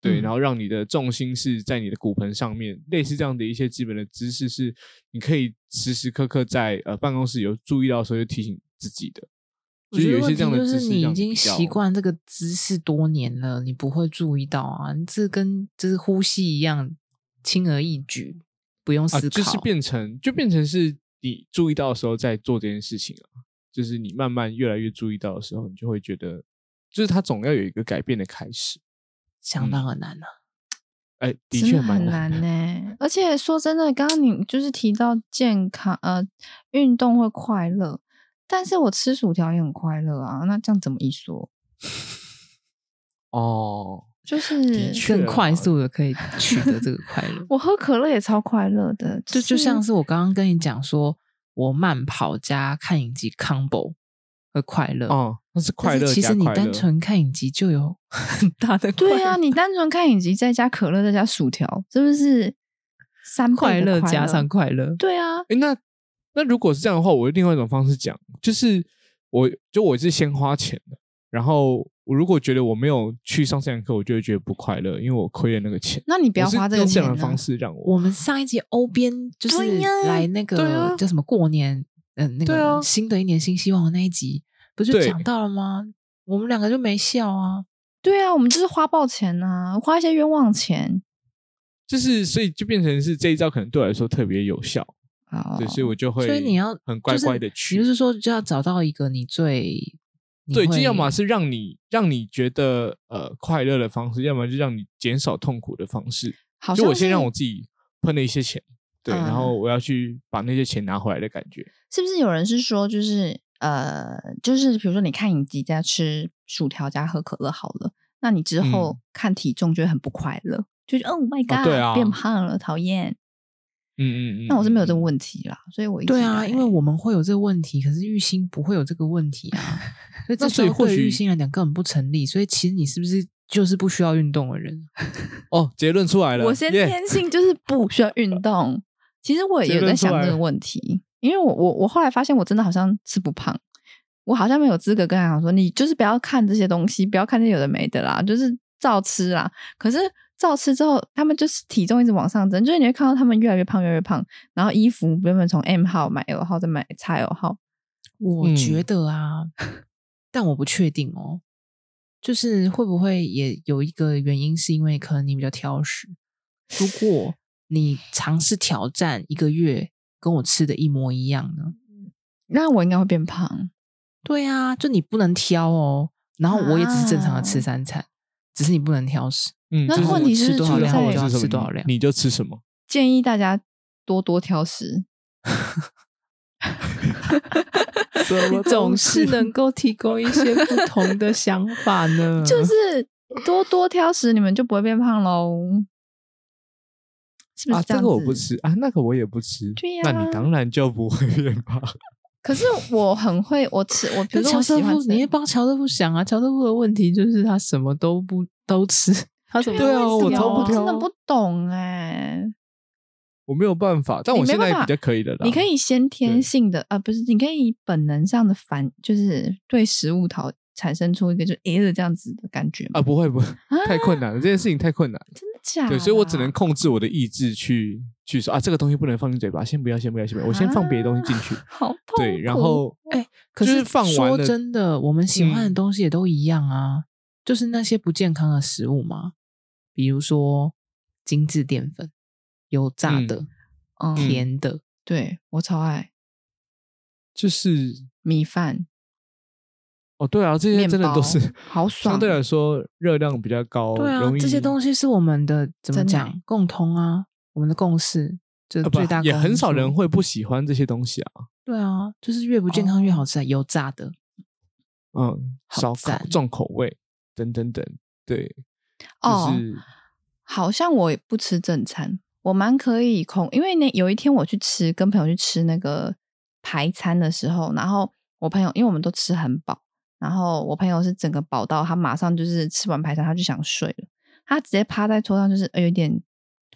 A: 对，
B: 嗯
A: 然后让你的重心是在你的骨盆上面，类似这样的一些基本的姿势是你可以时时刻刻在呃办公室有注意到的时候就提醒自己的。
B: 我
A: 就是
B: 觉
A: 有
B: 得
A: 一些这样
B: 问题
A: 的
B: 就
A: 姿
B: 是
A: 势，
B: 你已经习惯这个姿势多年了，你不会注意到啊，你这跟就是呼吸一样，轻而易举，不用
A: 啊，
B: 思考。
A: 就是变成就变成是你注意到的时候在做这件事情啊，就是你慢慢越来越注意到的时候，你就会觉得，就是它总要有一个改变的开始。
B: 相当的难啊。
A: 哎，的
C: 真
A: 确蛮
C: 很难
A: 的。
C: 呢、而且说真的，刚刚你就是提到健康，呃，运动会快乐，但是我吃薯条也很快乐啊。那这样怎么一说？
A: 哦，
C: 就是。
A: 的确啊
B: 更快速的可以取得这个快乐 *laughs*
C: 我喝可乐也超快乐的，
B: 就就像
C: 是
B: 是我刚刚跟你讲说，我慢跑加看影集 combo 会快乐。
A: 哦，那是
B: 但
A: 快
B: 是
A: 乐
B: 其
A: 加
B: 实你
A: 快乐
B: 单。纯看影集就有很大的快乐
C: 对啊，你单纯看影集，再加可乐，再加薯条，是不是三倍的
B: 快乐
C: 乐
B: 加上快乐，
C: 对啊，
A: 哎，那那如果是这样的话，我会另外一种方式讲，就是我就我是先花钱的，然后我如果觉得我没有去上这堂课，我就会觉得不快乐，因为我亏了那个钱。
C: 那你不要
A: 我是
C: 花这个
A: 用这
C: 钱
A: 样的
C: 啊
A: 方式让我
B: 我们上一集欧边就是
C: 对呀
B: 来那个、
A: 对啊
B: 叫什么过年，嗯、那
A: 对啊
B: 个新的一年新希望的那一集，不就
A: 对
B: 讲到了吗？我们两个就没笑啊，
C: 对啊，我们就是花爆钱啊，花一些冤枉钱。
A: 就是，所以就变成是这一招可能对我来说特别有效，
C: 哦
A: 对，所以我就会，
B: 所以你要
A: 很乖乖的去，
B: 就是，你就是说就要找到一个你最你
A: 对，
B: 会
A: 就要么是让你让你觉得呃快乐的方式，要么就让你减少痛苦的方式。
C: 好
A: 就
C: 像
A: 我先
C: 是
A: 让我自己喷了一些钱，对，
C: 嗯
A: 然后我要去把那些钱拿回来的感觉。
C: 是不是有人是说，就是呃，就是比如说你看影集加吃薯条加喝可乐好了，那你之后看体重就会很不快乐，就觉得 Oh my
A: 嗯哦
C: God，、
A: 对啊
C: 变胖了，讨厌。
A: 嗯嗯嗯，
C: 那我是没有这
A: 嗯
C: 个问题啦，所以我一直
B: 对啊，
C: 以来
B: 因为我们会有这个问题，可是玉兴不会有这个问题
A: *laughs*
B: 啊，所
A: 那
B: 以这
A: 所以
B: 时候
A: 或
B: 对
A: 许
B: 于玉兴来讲根本不成立。所以其实你是不是就是不需要运动的人？
A: 哦，结论出来了，
C: 我先
A: 耶
C: 天性就是不需要运
A: *laughs*
C: 动。其实我也有在想这个问题，因为我我我后来发现我真的好像吃不胖，我好像没有资格跟他讲说你就是不要看这些东西，不要看这些有的没的啦，就是照吃啦。可是照吃之后，他们就是体重一直往上增，就是你会看到他们越来越胖，越来越胖。然后衣服原本从 M 号买 L 号，再买 XL 号，
B: 我觉
A: 嗯
B: 得啊，但我不确定哦，就是会不会也有一个原因，是因为可能你比较挑食。如果你尝试挑战一个月，跟我吃的一模一样呢？
C: 那我应该会变胖。
B: 对啊，就你不能挑哦。然后我也只是正常的吃
C: 啊
B: 三餐，只是你不能挑食。
A: 嗯，
C: 那
A: 就是
C: 问题
B: 吃
C: 是
B: 多
C: 出
B: 少量我
C: 在
B: 就要
A: 吃什么
B: 吃多少量。
A: 你就吃什 *laughs* 么。
C: 建议大家多多挑食，。
B: 总是能够提供一些不同的想法呢 *laughs*
A: 嗯
C: 就是多多挑食，你们就不会变胖喽。是不
A: 啊，
C: 是
A: 这
C: 样
A: 个我不
C: 子
A: 吃啊，那个我也不吃，
C: 对
A: 那你
C: 呀
A: 当然就不会变胖。
C: 可是我很会，我吃我，比
B: 可
C: 如
B: 是
C: 说
B: 乔
C: 我喜
B: 瑟
C: 欢
B: 夫，
C: 吃
B: 你也帮乔瑟夫想啊。乔瑟夫的问题就是他什么都不都吃，他什么
A: 对啊
B: 都
C: 为
A: 我
C: 什
A: 超
C: 么
A: 不
C: 我哦真的
A: 挑
C: 不懂哎、
A: 我没有办法，但
C: 你
A: 我
C: 没
A: 现在
C: 办法
A: 比较可以的啦。
C: 你可以先
A: 对
C: 天性的啊、不是，你可以本能上的反，就是对食物讨产生出一个就诶的这样子的感觉吗
A: 啊，不会不会，
C: 啊
A: 太困难了，这件事情太困难了。
C: 真的假的？啊
A: 对，所以我只能控制我的意志去去说啊，这个东西不能放进嘴巴，先不要，先不要，先不要，我先放别的东西进去。
C: 好啊痛
A: 对，然
C: 苦
A: 后
B: 哎、可
A: 就是是放完
B: 说
A: 了
B: 真的，我们喜欢的
A: 嗯
B: 东西也都一样啊，就是那些不健康的食物嘛，比如说精致淀粉、油炸的、
C: 嗯，
B: 甜的，
C: 对我超爱
A: 就是
C: 米饭、
A: 哦，对啊，这些
C: 面
A: 真的都
C: 包
A: 是
C: 好爽，
A: 相对来说热量比较高，
B: 对啊
A: 容，易
B: 这些东西是我们的怎么
C: 真奶
B: 讲共通啊，我们的共识，这
A: 啊
B: 最大
A: 不也
B: 公
A: 很少
B: 约数
A: 人会哦不喜欢这些东西啊。
B: 对啊，就是越不健康越好吃、啊，油炸的。
A: 嗯，
B: 好
A: 少口
B: 赞
A: 重口味等等等，对，
C: 哦
A: 就是
C: 好像我也不吃正餐，我蛮可以控，因为那有一天我去吃，跟朋友去吃那个排餐的时候，然后我朋友因为我们都吃很饱，然后我朋友是整个饱到他马上就是吃完排餐他就想睡了，他直接趴在桌上就是呃有点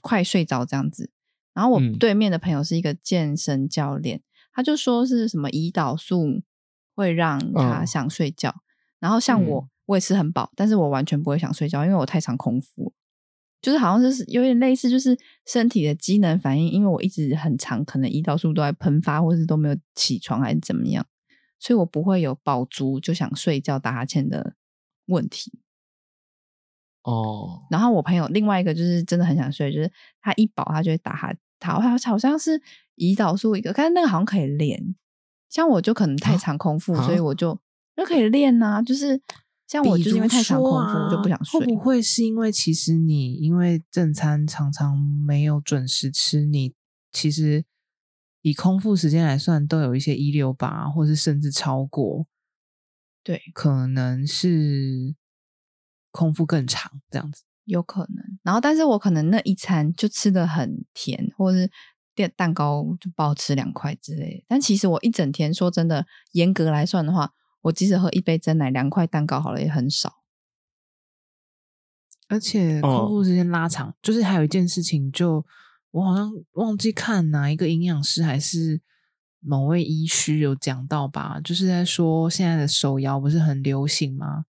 C: 快睡着这样子。然后我
A: 嗯
C: 对面的朋友是一个健身教练，他就说是什么胰岛素会让他
A: 嗯
C: 想睡觉，然后像我，
A: 嗯
C: 我也是很饱，但是我完全不会想睡觉，因为我太常空腹了，就是好像就是有点类似，就是身体的机能反应，因为我一直很长，可能胰岛素都在喷发，或是都没有起床还是怎么样，所以我不会有饱足就想睡觉打哈欠的问题。
A: 哦，
C: 然后我朋友另外一个就是真的很想睡，就是他一饱他就会打哈，他好好像是胰岛素一个，但是那个好像可以练。像我就可能太
A: 啊
C: 常空腹，
A: 啊
C: 所以我就就可以练呐、就是像我
B: 比
C: 就是因为
B: 如
C: 太常空
B: 说
C: 腹，我就
B: 啊
C: 不想睡。
B: 会不会是因为其实你因为正餐常常没有准时吃，你其实以空腹时间来算，都有一些一六八，或是甚至超过，
C: 对，
B: 可能是空腹更长这样子。
C: 有可能。然后，但是我可能那一餐就吃的很甜，或是电蛋糕就暴吃两块之类的。但其实我一整天，说真的，严格来算的话，我即使喝一杯真奶，两块蛋糕好了也很少。
B: 而且空
A: 哦
B: 腹时间拉长，就是还有一件事情就，我好像忘记看哪一个营养师还是某位医师有讲到吧，就是在说现在的手摇不是很流行吗？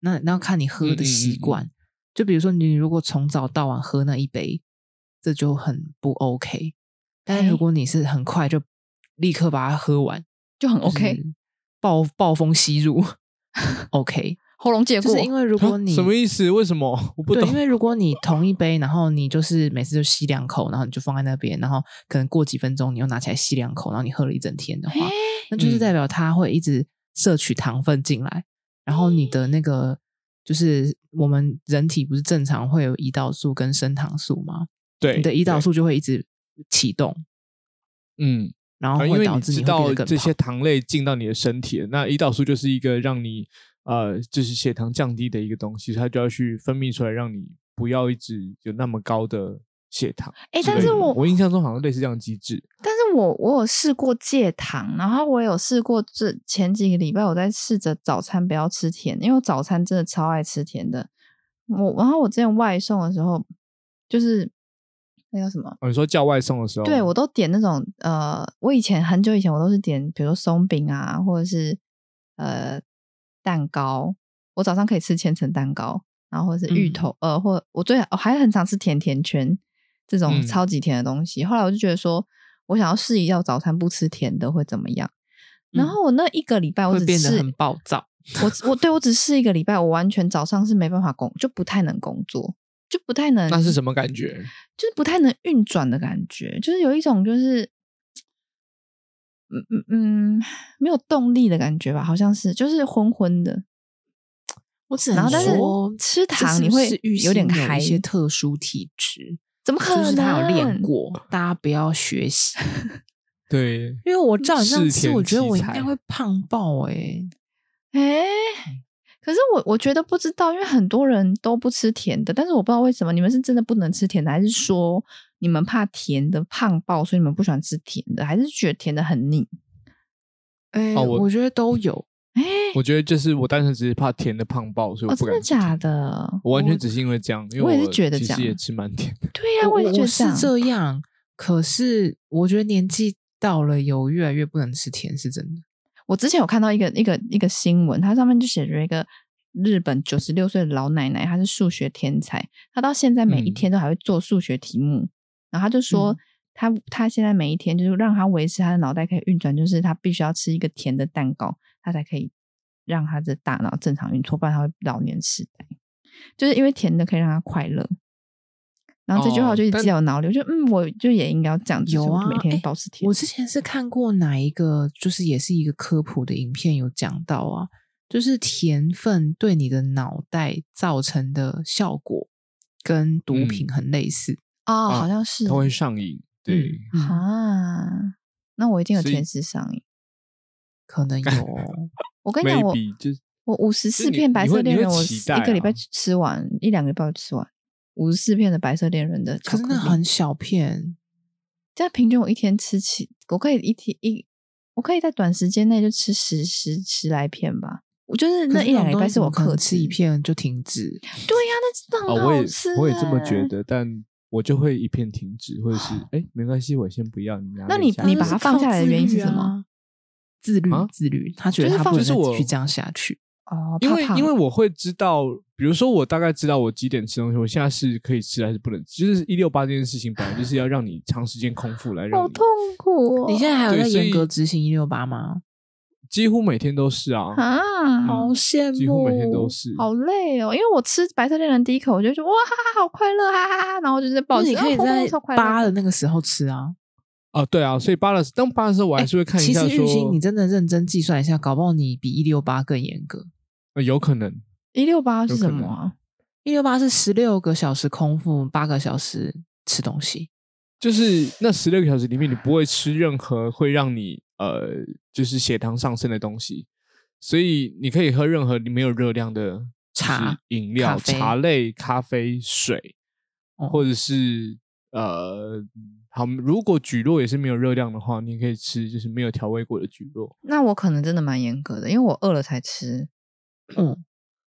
B: 那那要看你
A: 嗯
B: 喝的习惯，就比如说你如果从早到晚喝那一杯，这就很不 OK。但是如
C: 哎
B: 果你是很快就立刻把它喝完
C: 就很
B: 就
C: OK，、
B: 是暴暴风吸入 *laughs* ，OK，
C: 喉咙借
B: 就
C: 过。
B: 是因为如
A: 啊
B: 果你
A: 什么意思？为什么 *laughs* 我不
B: 对，
A: 懂
B: 因？为如果你同一杯，然后你就是每次就吸两口，然后你就放在那边，然后可能过几分钟你又拿起来吸两口，然后你喝了一整天的话，那就是
A: 嗯
B: 代表它会一直摄取糖分进来，然后你的那个就是我们人体不是正常会有胰岛素跟升糖素吗？
A: 对，
B: 你的胰岛
A: 对，
B: 素就会一直启动，
A: 嗯，
B: 然后
A: 啊因
B: 会
A: 为
B: 导
A: 你知
B: 致你会
A: 道
B: 变得
A: 这
B: 更
A: 些
B: 胖。
A: 糖类进到你的身体了，那胰岛素就是一个让你呃，就是血糖降低的一个东西，它就要去分泌出来，让你不要一直有那么高的血糖之类的。
C: 哎但是我
A: 我印象中好像类似这样的机制，
C: 但是我我有试过戒糖，然后我有试过这前几个礼拜我在试着早餐不要吃甜，因为我早餐真的超爱吃甜的。我然后我之前外送的时候，就是那叫什么？
A: 哦、你说叫外送的时候，
C: 对
B: 哦
C: 我都点那种呃，我以前很久以前我都是点，比如说松饼啊，或者是呃蛋糕。我早上可以吃千层蛋糕，然后或者是芋
B: 嗯
C: 头，呃，或我最我还很常吃甜甜圈这种
A: 嗯
C: 超级甜的东西。后来我就觉得说，我想要试一下我早餐不吃甜的会怎么样。然
B: 嗯
C: 后我那一个礼拜，我
B: 会
C: 只
B: 变得
C: 试
B: 很暴躁。
C: 我只我对我只试一个礼拜，我完全早上是没办法工，就不太能工作，就
B: *laughs*
C: 不太能。
A: 那是什么感觉？
C: 就是不太能运转的感觉，就是有一种就是，嗯嗯嗯，没有动力的感觉吧，好像是，就是昏昏的。
B: 我只
C: 然后
B: 能
C: 但是
B: 说，
C: 吃
B: 这
C: 糖
B: 是
C: 你
B: 不
C: 会
B: 是玉
C: 有点
B: 心
C: 嗨
B: 一些特殊体质，
C: 怎么可能？
B: 就是他有练过，大家不要学习。
A: 对，
B: *laughs* 因为我照你这样
A: 世
B: 吃，
A: 田
B: 我觉得
A: 奇
B: 我应
A: 才
B: 该会胖爆哎、
C: 哎、可是我我觉得不知道，因为很多人都不吃甜的，但是我不知道为什么你们是真的不能吃甜的，还是说你们怕甜的胖爆，所以你们不喜欢吃甜的，还是觉得甜的很腻？
B: 哎、
A: 哦我
B: 我觉得都 *laughs* 有。
C: 哎、
A: 我觉得就是我单纯只是怕甜的胖爆，所以
C: 哦，
A: 我不
C: 真
A: 敢、
C: 的假？的？
A: 我完全只是因为这样，因为
C: 我也是觉得
A: 其
C: 这
A: 实
C: 样
A: 也吃蛮甜的。
C: 对呀、
B: 我
C: 也觉
B: 我
C: 得
B: 是
C: 这样。
B: 这样，可是我觉得年纪到了，有越来越不能吃甜，是真的。
C: 我之前有看到一个一个一个新闻，它上面就写着一个日本九十六岁的老奶奶，她是数学天才，她到现在每一
A: 嗯
C: 天都还会做数学题目。然后她就说
B: 嗯，
C: 她她现在每一天就是让她维持她的脑袋可以运转，就是她必须要吃一个甜的蛋糕，她才可以让她的大脑正常运作，不然她会老年痴呆。就是因为甜的可以让她快乐。然后这句话
A: 哦
C: 我就一直
A: 但
C: 记在我脑里，我就嗯，我就也应该要这样子，
B: 有
C: 所以我就
B: 啊
C: 每天
B: 哎
C: 保持甜。
B: 我之前是看过哪一个，就是也是一个科普的影片，有讲到啊，就是甜分对你的脑袋造成的效果，跟毒
A: 嗯
B: 品很类似。
C: 哦，
A: 啊
C: 好像是
A: 它会上瘾。对，
B: 嗯，
C: 啊，那我一定有
A: 所以
C: 甜食上瘾。
B: 可能
A: *laughs*
B: 有哦。
C: 我跟你讲，我
A: maybe 就是
C: 我五十
A: 就
C: 四
A: 你
C: 片白
A: 你会
C: 色
A: 你
C: 恋
A: 会
C: 人，我
A: 期
C: 一
A: 待
C: 个礼
A: 啊
C: 拜吃完，一两个礼拜就吃完五十四片的白色恋人的
B: 可
C: 巧
B: 是
C: 克
B: 那
C: 力。
B: 很小片，
C: 这样平均我一天吃起，我可以一天一，我可以在短时间内就吃十十十来片吧。我就是
B: 可
C: 那
B: 是
C: 一两
B: 种
C: 个礼拜
B: 东西
C: 是
B: 怎么
C: 我
B: 可
C: 克
B: 能吃一。片就停止。
C: 对呀、那真
A: 啊、
C: 的很
A: 我
C: 好
A: 也
C: 吃、欸
A: 我也这么觉。得，但我就会一片停止，或者是哎、没关系，我先不要，你拿
C: 啊那
A: 着
C: 你
A: 下
C: 你
A: 次
C: 把它放下来的原因是什么？
B: 自律
A: 啊，
B: 自律，他觉
A: 就
B: 得
A: 是
B: 他
A: 放
B: 不能
A: 就是
B: 再
A: 我
B: 继续这样下去。
C: 哦，
A: 因
C: 怕
A: 为
C: 胖
A: 因为我会知道，比如说我大概知道我几点吃东西，我现在是可以吃还是不能吃。就是一六八这件事情本来就是要让你长时间空腹来让
C: 好
A: 你
C: 痛苦、哦。
B: 你现在还有
A: 对
B: 在
A: 所
B: 严
A: 以
B: 格执行一六八吗？
A: 几乎每天都是啊，
C: 啊，
A: 好
B: 羡
A: 几乎每天都
B: 嗯
A: 是。
C: 好累哦，因为我吃白色恋人第一口，我就觉得哇哈哈好快乐哈哈哈哈，然后就是在
B: 那
C: 抱着，
B: 你可以
C: 啊哇哇
B: 在
C: 超快乐
B: 八的那个时候吃啊。
A: 啊，对啊，所以八的当八的时候，我还是会看一
B: 哎其
A: 下
B: 实玉
A: 说
B: 兴，你，真的认真计算一下，搞不好你比一六八更严格。
A: 呃有可能
C: 一六八是
A: 有可
C: 什
A: 能
C: 么啊？
B: 一六八是十六个小时空腹，八个小时吃东西。
A: 就是那十六个小时里面，你不会吃任何会让你呃就是血糖上升的东西，所以你可以喝任何没有热量的就是
B: 茶
A: 饮料、
B: 咖啡
A: 茶类、咖啡、水，
B: 哦
A: 或者是呃，好，如果蒟蒻也是没有热量的话，你可以吃就是没有调味过的蒟蒻。
C: 那我可能真的蛮严格的，因为我饿了才吃。
B: 嗯，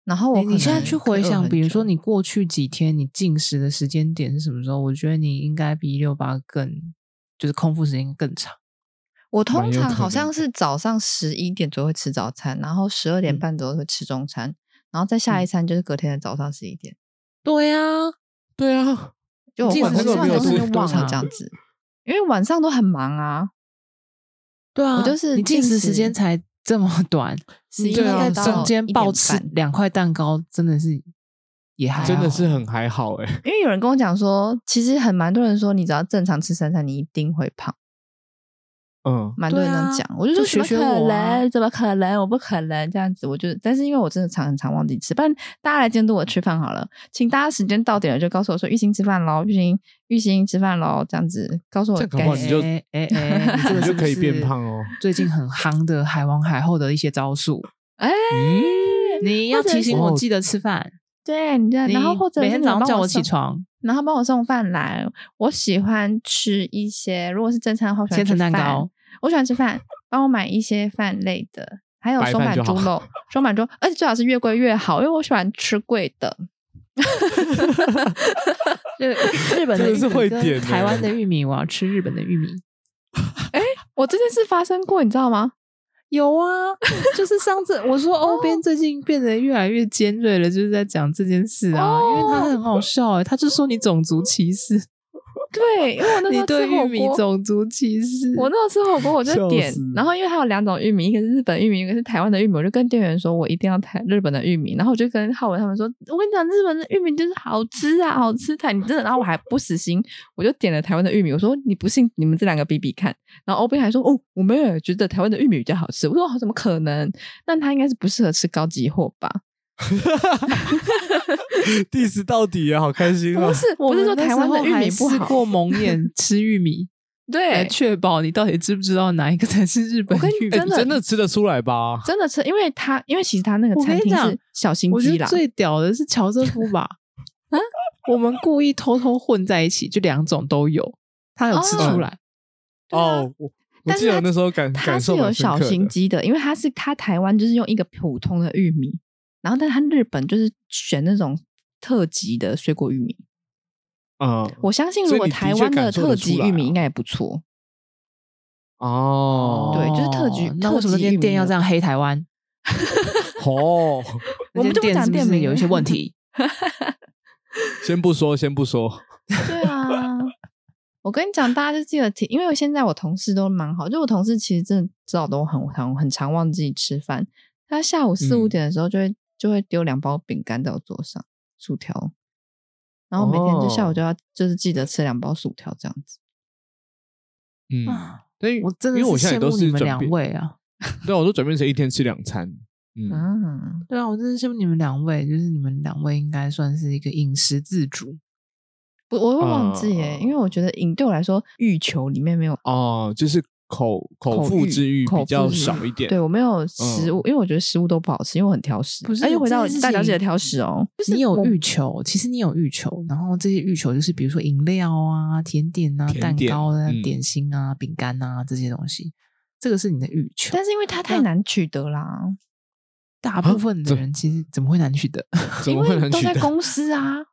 C: 然后我
B: 你
C: 可
B: 你现在
C: 能
B: 去
C: 可以
B: 回
C: 饿
B: 想，
C: 很
B: 比如说
C: 久
B: 你过去几天你进食的时间点是什么时候？我觉得你应该比一六八更，就是空腹时间更长。
C: 我
A: 蛮
C: 通
A: 有
C: 常
A: 可
C: 好
A: 能
C: 像
A: 的
C: 是早上十一点左右会吃早餐，然后十二点
B: 嗯
C: 半左右会吃中餐，然后再下一餐就是隔天的早上十一点。
B: 对呀、
A: 对啊，
C: 就我
B: 你
C: 会
B: 自己是
C: 我基
B: 根本
C: 本
B: 没有
C: 上
B: 吃
C: 就
B: 多
C: 忘了
B: 长
C: 这样子，因为晚上都很忙啊。
B: 对啊，
C: 我就是
B: 你进
C: 进
B: 食时间
C: 食
B: 才这么 *laughs* 短，
C: 11
B: 你应该
A: 到
B: 中间
C: 1
B: 暴
C: 点
B: 吃
C: 半
B: 两块蛋糕，真的 *laughs* 是也还
A: 真的
B: 好
A: 是很还好哎、
C: 因为有人跟我讲说，其实很蛮多人说，你只要正常吃三餐，你一定会胖。
A: 嗯，
C: 蛮多人
B: 对
C: 这
B: 啊
C: 样讲，我就
B: 就
C: 说
B: 学
C: 怎么
B: 学
C: 可
B: 我
C: 能、
B: 啊
C: 怎么可能？我不可能这样子。我就，但是因为我真的常很常忘记吃，不然大家来监督我吃饭好了，请大家时间到点了就告诉我说玉兴吃饭喽，玉兴玉兴吃饭喽，这样子告诉我
A: 这样搞
C: 该
A: 不好你就
B: 哎哎哎，
A: 你
B: 你这个是
A: 就
B: 不
A: 可以变
B: 是
A: 胖哦
B: 最近很夯的海王海后的一些招数，
C: 哎，
A: 嗯
B: 你要
C: 或者
B: 提醒我
A: 是
B: 记得吃饭。
C: 对，你这样，然后
B: 你
C: 或者
B: 每
C: 是
B: 天
C: 你
B: 早上
C: 帮
B: 叫我起
C: 送，
B: 床，
C: 然后帮我送饭来。我喜欢吃一些，如果是正餐的话，我喜欢
B: 千层
C: 吃
B: 蛋
C: 饭 *laughs*
B: 糕，
C: 我喜欢吃饭，帮我买一些饭类的，还有
A: 白
C: 松
A: 饭
C: 板
A: 就
C: 猪
A: 好
C: 肉、松板猪，而且最好是越贵越好，因为我喜欢吃贵的。
B: 日日本
A: 真的
B: 的
A: 是
B: 玉米
A: 会
B: 跟
A: 点
B: 台
A: 欸
B: 湾的玉米，我要吃日本的玉米。
C: 我这件事发生过，你知道吗？
B: 有啊，就是上次我说欧边最近变得越来越尖锐了，就是在讲这件事啊，因为他很好笑哎、他就说你种族歧视，
C: 对，因为我那时
B: 你
C: 候
B: 对
C: 吃
B: 玉
C: 火
B: 米
C: 锅，
B: 种族歧视，
C: 我那时候吃火锅我
A: 笑
C: 就点
A: 死，
C: 然后因为它有两种玉米，一个是日本玉米，一个是台湾的玉米，我就跟店员说我一定要台日本的玉米，然后我就跟浩文他们说，我跟你讲日本的玉米就是好吃啊，好吃台你真的，然后我还不死心，我就点了台湾的玉米，我说你不信你们这两个比比看，然后欧宾还说哦我没有觉得台湾的玉米比较好吃，我说哦怎么可能？那他应该是不适合吃高级货吧？
A: *laughs* diss 到底啊，好开心啊
C: 不！是，不是说台湾的玉米不
B: 试
C: 好， *laughs*
B: 过蒙眼吃玉米来
C: 对，
B: 确保你到底知不知道哪一个才是日本
C: 我跟你
B: 玉米。
A: 哎
C: 真的
A: 真的吃得出来吧？
C: 真的吃，因为他因为其实他那个
B: 我跟
C: 餐
B: 你
C: 厅
B: 讲
C: 是小心
B: 我觉
C: 机
B: 得
C: 啦，
B: 最屌的是乔瑟夫吧，我们故意偷偷混在一起，就两种都有，他有吃出来。
C: 对啊
A: 哦，我我
C: 但
A: 记
C: 是
A: 得
C: 它
A: 那时候感
C: 它
A: 感
C: 是
A: 受蛮
C: 有
A: 深刻
C: 小
A: 的
C: 心机的，因为它是它台湾就是用一个普通的玉米，然后但它日本就是选那种特级的水果玉米。
A: 嗯
C: 我相信
A: 所
C: 如
A: 以
C: 果
A: 你的
C: 台
A: 确
C: 湾
A: 感
C: 的
A: 受得
C: 特
A: 出
C: 级
A: 来
C: 玉米
A: 啊
C: 应该也不错， *laughs*
A: 哦，
C: 对就是特级
B: 那为什么
C: 特
B: 那
C: 级玉米
B: 间店要这样黑台湾？
A: 哦，
C: 我们
B: 那
C: 就不
B: 间店
C: 讲
B: 是不
C: 店
B: 是
C: 名
B: 有一些问题？
A: 先不说，先不说，
C: 对啊， *laughs* 我跟你讲，大家就记得提，因为我现在我同事都蛮好，就我同事其实真的知道都很常很常忘记吃饭，他下午四五
A: 嗯
C: 点的时候就会、就会丢两包饼干在我桌上，薯条，然后每天就下午
A: 哦
C: 就要、就是记得吃两包薯条这样子。
A: 嗯，
B: 啊
A: 所以
B: 我真的
A: 因为我现在
B: 羡
A: 也都
B: 慕
A: 是
B: 你们
A: 转
B: 两
A: 变
B: 位啊！
A: 对啊，我都转变成一天吃两餐，嗯，
C: 嗯，
B: 对啊，我真的羡慕你们两位，就是你们两位应该算是一个饮食自主。
C: 我我会忘记耶，
A: 嗯
C: 因为我觉得饮对我来说，欲求里面没有，
A: 哦，就是口口
C: 口
A: 腹
C: 欲
A: 之欲
C: 口
A: 比较
C: 腹之欲
A: 少一点，
C: 对我没有食
A: 嗯
C: 物，因为我觉得食物都不好吃，因为我很挑食。
B: 不是
C: 而且回
B: 这
C: 到
B: 件事
C: 大家记
B: 情
C: 得挑食哦，就是
B: 你有
C: 我
B: 欲求，其实你有欲求，然后这些欲求就是比如说饮料啊、甜点啊、
A: 甜
B: 蛋
A: 点
B: 糕啊、
A: 嗯
B: 点心啊、饼干啊这些东西，这个是你的欲求。
C: 但是因为它太
B: 那
C: 难取得
A: *laughs*
C: 啦，
B: 大
A: 啊
B: 部分的
A: 怎
B: 人其实怎么会难取得？
A: 怎
C: 因
A: 么会
C: 为
A: 能
C: 都
A: 取
C: 在
A: 得？
C: 公司啊，
A: *laughs*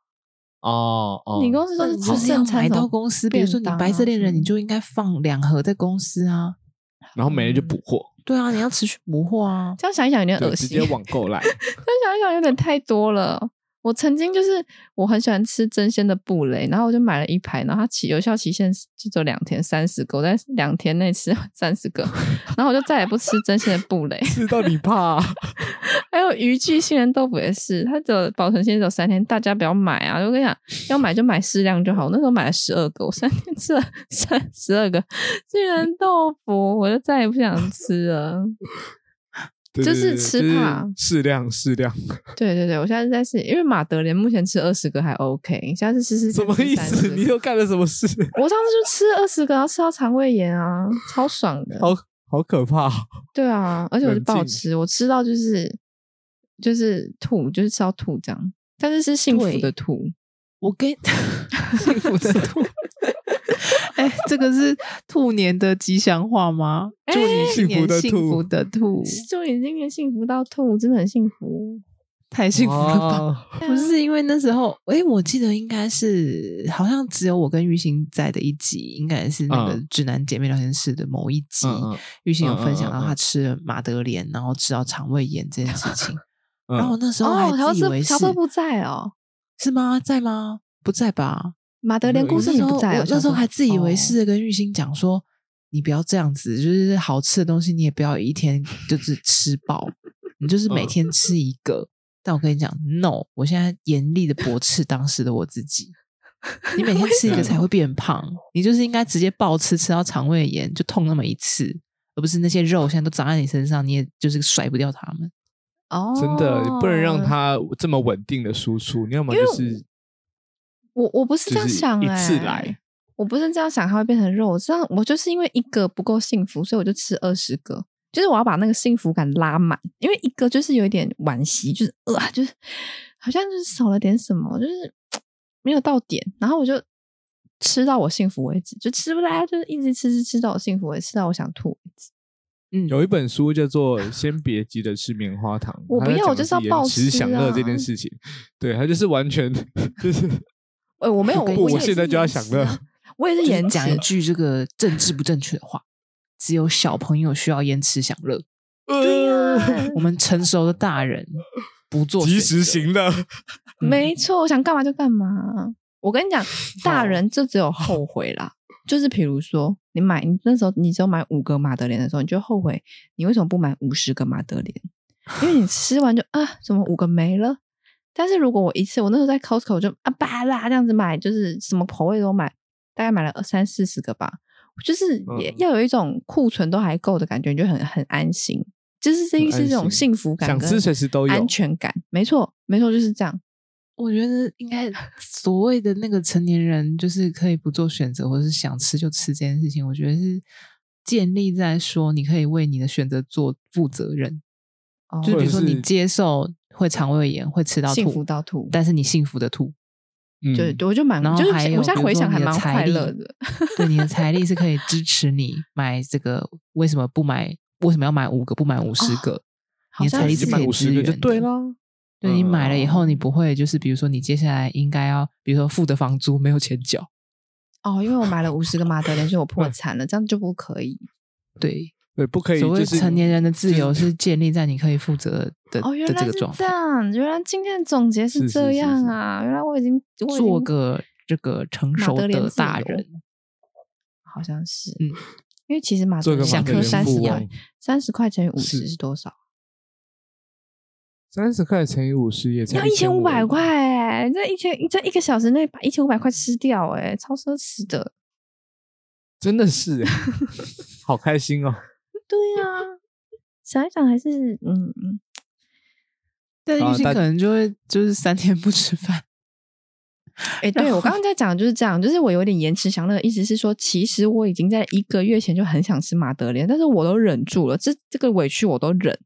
A: 哦哦，
C: 你公司都
B: 那
C: 是
B: 你就
C: 吃
B: 是要
C: 正餐哦
B: 买
C: 什
B: 到
C: 么
B: 公司，比如说你
C: 便当
B: 白色
C: 啊
B: 恋人，
C: 什么
B: 你就应该放两盒在公司啊。
A: 然后每天就补货，
B: 对啊，你要持续补货啊。
C: 这样想一想有点
A: 就
C: 嗯恶
A: 直
C: 心，
A: 接
C: 这样
A: 网购
C: *laughs*
A: 来，
C: 想一想有点太多了。我曾经就是我很喜欢吃真鲜的布雷，然后我就买了一排，然后它期有效期限是就只有两天，三十个，我在两天内吃三十个，然后我就再也不吃真鲜的布雷。
A: 吃到你怕啊，
C: 还有鱼记杏仁豆腐也是，它的保存期限只有三天，大家不要买啊！我跟你讲，要买就买适量就好。我那时候买了十二个，我三天吃了三十二个杏仁豆腐，我就再也不想吃了。
A: 对
C: 就
A: 对
C: 是
A: 对
C: 吃
A: 就
C: 怕啊
A: 适量适量，
C: 对对对，我现在在试，因为马德莲目前吃二十个还 OK，下次试试
A: 什
C: 看
A: 么
C: 吃
A: 意
C: 30
A: 思？
C: 个
A: 你又干了什么事？
C: 我上次就吃二十个，然后吃到肠胃炎啊，超爽的。
A: 好 *laughs* 好可怕哦，
C: 对啊，而且我就
A: 冷
C: 不好
A: 静
C: 吃，我吃到就是就是吐，就是吃到吐这样，但是是幸福
B: 对
C: 的吐。
B: 我
C: *laughs*
B: 跟幸福的兔，哎、这个是兔年的吉祥话吗？
C: 哎
B: 祝你
A: 幸
B: 新
A: 福
B: 年
A: 的
B: 幸
A: 兔
B: 福的兔，
C: 祝你今年幸福到吐，真的很幸福。
B: 太幸福了吧！
A: 哇
B: 不是因为那时候，哎、我记得应该是好像只有我跟玉兴在的一集，应该是那个
A: 嗯
B: 直男姐妹聊天室的某一集，
A: 嗯嗯
B: 玉兴有分享
A: 嗯嗯嗯
B: 到
A: 嗯
B: 他吃了马德莲，然后吃到肠胃炎这件事情。
A: 嗯
B: 然后我那时候
C: 哦，
B: 还
C: 乔
B: 自以为
C: 瑟
B: 是
C: 乔瑟夫在哦，
B: 是吗？在吗？不在吧？
C: 马德莲
A: 没有
C: 故
A: 不
C: 事
B: 那
C: 你
B: 时候
C: 不在哦
B: 我，那时候还自以为是
C: 哦。
B: 的跟玉兴讲说，你不要这样子，就是好吃的东西你也不要一
C: *laughs*
B: 天就是吃饱，你就是每
A: 嗯
B: 天吃一个。但我跟你讲，no，我现在严厉的驳斥当时的我自己。你每天吃一个才会变胖，你就是应该直接暴吃，吃到肠胃炎就痛那么一次，而不是那些肉现在都长在你身上，你也就是甩不掉它们。
C: 哦，
A: 真的不能让。它这么稳定的输出，你要么就是
C: 我我不是这样
A: 就是
C: 想
A: 一
C: 哎、
A: 次来，
C: 我不是这样想，它会变成肉。我这样，我就是因为一个不够幸福，所以我就吃二十个。就是我要把那个幸福感拉满，因为一个就是有一点惋惜，就是呃，就是好像就是少了点什么，就是没有到点，然后我就吃到我幸福为止，就吃不来，啊就是一直吃吃吃到我幸福为止，吃到我想吐为止。
B: 嗯，
A: 有一本书叫做《先别急着吃棉花糖》，
C: 我
A: 它
C: 不
A: 在
C: 要
A: 讲
C: 我
A: 的
C: 就是要暴
A: 延迟
C: 吃
A: 享乐这
C: 啊
A: 件事情。对，它就是完全 *laughs* 就是
C: 哎、我 *laughs* 没有，
B: 不
A: 不，
C: 我
A: 我
C: 也是
A: 现在就要
C: 延
A: 享
C: 迟
A: 乐。
C: 啊我也是
B: 就是
C: 延迟
B: 讲一句这个政治不正确的话，只有小朋友需要延迟享乐，
C: 对呀、 *laughs*
B: 我们成熟的大人不做
A: 呃及
B: 选
A: 时
B: 择
A: 行乐，嗯
C: 没错，我想干嘛就干嘛。我跟
A: *laughs*
C: 你讲，大
A: 好
C: 人就只有后悔
A: *laughs*
C: 啦，就是比如说你买，你那时候你只有买五个马德莲的时候，你就后悔你为什么不买五十个马德莲，因为你吃完就 *laughs* 啊，怎么五个没了？但是如果我一次，我那时候在 Costco 就啊巴拉这样子买，就是什么口味都买，大概买了三四十个吧，就是也
A: 嗯
C: 要有一种库存都还够的感觉，你就很很安心，就是这
A: 很
C: 是
A: 安
C: 一种
A: 心
C: 幸福感，
A: 想吃随时都有
C: 安全感，没错，没错，就是这样。
B: 我觉得应该所谓的那个成年人，就是可以不做选择，或是想吃就吃这件事情，我觉得是建立在说你可以为你的选择做负责任。
C: 哦
B: 就是比
A: 或
B: 如说
A: 者
B: 你
A: 是
B: 接受会肠胃炎，会吃到
C: 幸
B: 吐，
C: 福到吐
B: 但是你幸福的吐，
A: 嗯
C: 对，我就蛮
B: 然，后
C: 就是
B: 还有
C: 我现在
B: 比如
C: 回
B: 说
C: 想
B: 你
C: 还
B: 的
C: 蛮
B: 财
C: 快
B: 力
C: 乐的。
B: 对你的财力是可以支持你买这个。为什么不买？为什么要买五个？不买五十个？
C: 哦好
B: 你的
C: 像
B: 财力
A: 已经
B: 是
C: 是
B: 可
A: 买
B: 以
A: 五
B: 支
A: 十
B: 援
A: 个
B: 的
A: 就对啦。
B: 对你
A: 嗯
B: 买了以后，你不会就是比如说你接下来应该要，比如说付的房租没有钱缴，
C: 哦，因为我买了五十个马德莲，所以我破产了，这样就不可以。
B: 对，
A: 对，不可以
B: 所谓
A: 就是
B: 成年人的自
A: 就是
B: 由是建立在你可以负责的
C: 哦，原
B: 的
C: 来
B: 这个
C: 是
B: 状
C: 这
B: 态，
C: 样，原来今天的总结
A: 是是
C: 这
A: 是
C: 样
A: 是
C: 啊！原来我已经我已
B: 做
C: 经
B: 个这个成
C: 马
B: 熟
C: 德莲
B: 的
C: 自
B: 大
C: 由
B: 人。
C: 好像是，
B: 嗯，
C: 因为其实马
A: 做
C: 德
A: 个
C: 莲
A: 马
C: 两
B: 想
A: 克
B: 克
C: 颗
A: 元
C: 三十
A: 富翁，，
B: 30
C: 块三十块乘以五十
A: 是
C: 是多少？
A: 三十块乘以五十也才
C: 要一千五百
A: 1500
C: 块哎！你在一千，你在一个小时内把一千五百块吃掉哎，超奢侈的。
A: 真的 *laughs* 是欸，好开心哦！
C: 对啊，想一想还是嗯嗯。
B: 但
A: 啊
B: 玉鑫
A: 大
B: 可能就会就是三天不吃饭，
C: 哎、对我刚刚在讲的就是这样，就是我有点延迟享乐，意思是说，其实我已经在一个月前就很想吃马德莲，但是我都忍住了，这这个委屈我都忍，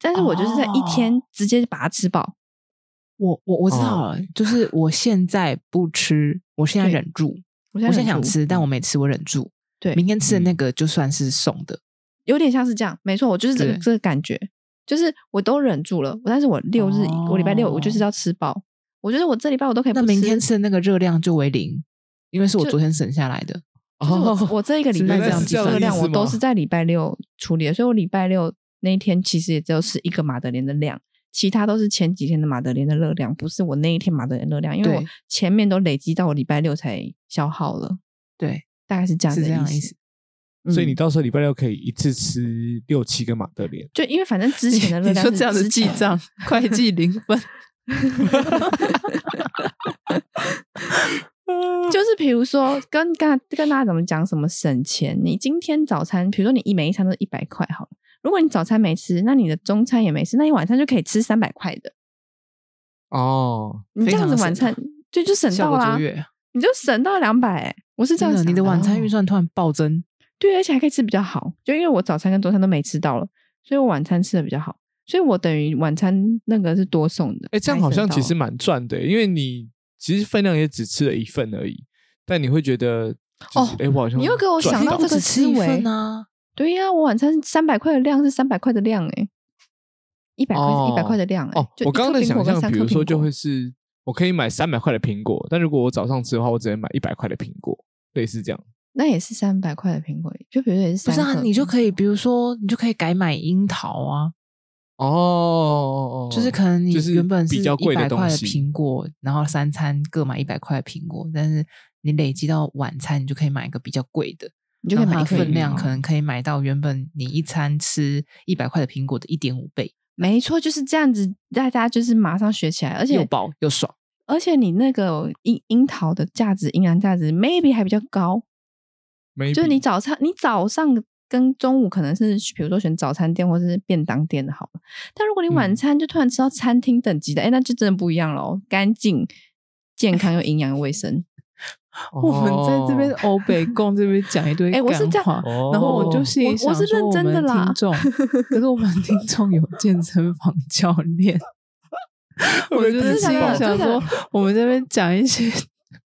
C: 但是我就是在一
B: 哦
C: 天直接把它吃饱。
B: *laughs* 我我我知道
A: 哦
B: 了，就是我现在不吃，我现在
C: 对
B: 忍住，
C: 我
B: 我现
C: 现在
B: 在
C: 忍
B: 想
C: 住
B: 吃，但
C: 嗯
B: 我没吃，我忍住。
C: 对
B: 明天吃的
A: 嗯
B: 那个就算是送的，
C: 有点像是这样，没错，我就是这个
B: 对
C: 这个感觉，就是我都忍住了，但是我六日、我礼拜六我就是要吃饱，我觉得我这礼拜我都可以不
B: 哦那
C: 吃，
B: 明天吃的那个热量就为零，因为是我
C: 就
B: 昨天省下来的。
C: 就是我、
B: 哦
C: 我这一个礼
B: 是
C: 拜
B: 原来
C: 这样
B: 是
C: 子
B: 这样的
C: 热
B: 意
C: 量，
A: 思
C: 我都
A: 吗
C: 是在礼拜六处理的，所以我礼拜六那一天其实也只有吃一个马德莲的量，其他都是前几天的马德莲的热量，不是我那一天马德莲热量，因为我
B: 对
C: 前面都累积到我礼拜六才消耗了，
B: *laughs* 对，
C: 大概是这样
B: 是
C: 的
B: 这样的意
C: 思
B: 思。。
A: 所以你
C: 嗯
A: 到时候礼拜六可以一次吃六七个马德莲，
C: 就因为反正之前的
B: *laughs*
C: 热
B: 你
C: 量
B: 说
C: 是
B: 这样子
C: 之
B: 记
C: 前
B: 账，会计零分。
C: 就是比如说跟跟跟大家怎么讲什么省钱，你今天早餐，比如说你一每一餐都一百块好了，如果你早餐没吃，那你的中餐也没吃，那你晚餐就可以吃三百块的。
A: 哦，
C: 你
B: 非
C: 这样
B: 常
C: 子
B: 地
C: 晚
B: 省
C: 餐
B: 啊
C: 就就省
B: 效
C: 到
B: 果
C: 啦
B: 卓、越，
C: 你就省到两百、我是这
B: 真
C: 样
B: 的，
C: 想
B: 你的晚餐
C: 哦
B: 预算突然暴增，
C: 对，而且还可以吃比较好，就因为我早餐跟中餐都没吃到了，所以我晚餐吃的比较好，所以我等于晚餐那个是多送的。
A: 哎，这样
C: 还
A: 好
C: 省
A: 像其
C: 到
A: 实蛮赚的，欸因为你其实分量也只吃了一份而已，但你会觉得
C: 哦
A: 哎，诶我好像
C: 你又给我
A: 赚
C: 想到
A: 了
C: 这个
B: 只吃一
C: 思维
B: 份啊，
C: 对呀、我晚餐三百块的量是三百块的量哎、一百块是一百
A: 哦
C: 块的量哎、
A: 哦，
C: 就
A: 我
C: 一
A: 刚刚
C: 颗
A: 在
C: 苹
A: 想
C: 果跟
A: 象，
C: 三
A: 比
C: 颗
A: 如说
C: 苹
A: 就
C: 果
A: 会是我可以买三百块的苹果，但如果我早上吃的话，我只能买一百块的苹果，类似这样。
C: 那也是三百块的苹果，就比如说也是
B: 不
C: 三
B: 是啊？
C: 颗
B: 你就
C: 苹
B: 可以，比如说，你就可以改买樱桃啊，
A: 哦哦，哦
B: 就是可能你
A: 就是
B: 原本
A: 比较
B: 一
A: 贵
B: 百
A: 的
B: 块
A: 东
B: 的
A: 西，
B: 苹果，然后三餐各买一百块的苹果，但是你累积到晚餐，你就可以买一个比较贵的，
C: 你就可以
B: 然
C: 买
B: 后
C: 一啊
B: 它的
C: 颗
B: 分
C: 饮
B: 量啊
C: 料
B: 可能可以买到原本你一餐吃一百块的苹果的一点五倍，
C: 没错就是这样子，大家就是马上学起来，而且
B: 又饱又爽。
C: 而且你那个樱樱桃的价值，营养价值 maybe 还比较高。
A: Maybe
C: 就是你早餐，你早上跟中午可能是比如说选早餐店或是便当店的好了，但如果你晚
A: 嗯
C: 餐就突然吃到餐厅等级的，哎、那就真的不一样了哦，干净、健康又营养又卫 *laughs* 生。，
A: 哦
B: 我们在这边欧北共这边讲一堆 *laughs*
C: 哎我是这样
B: 样
A: 哦，
B: 然后我就心里
C: 我我是
B: 想说
C: 认真的
B: *laughs* 我们
C: 啦
B: *laughs* 听众可是我们听众有健身房教练，我
A: 被
B: 就
A: 地
B: 是
A: 址
B: 心里
A: 爆
C: 真的
B: 想说，我们这边讲一 *laughs* 些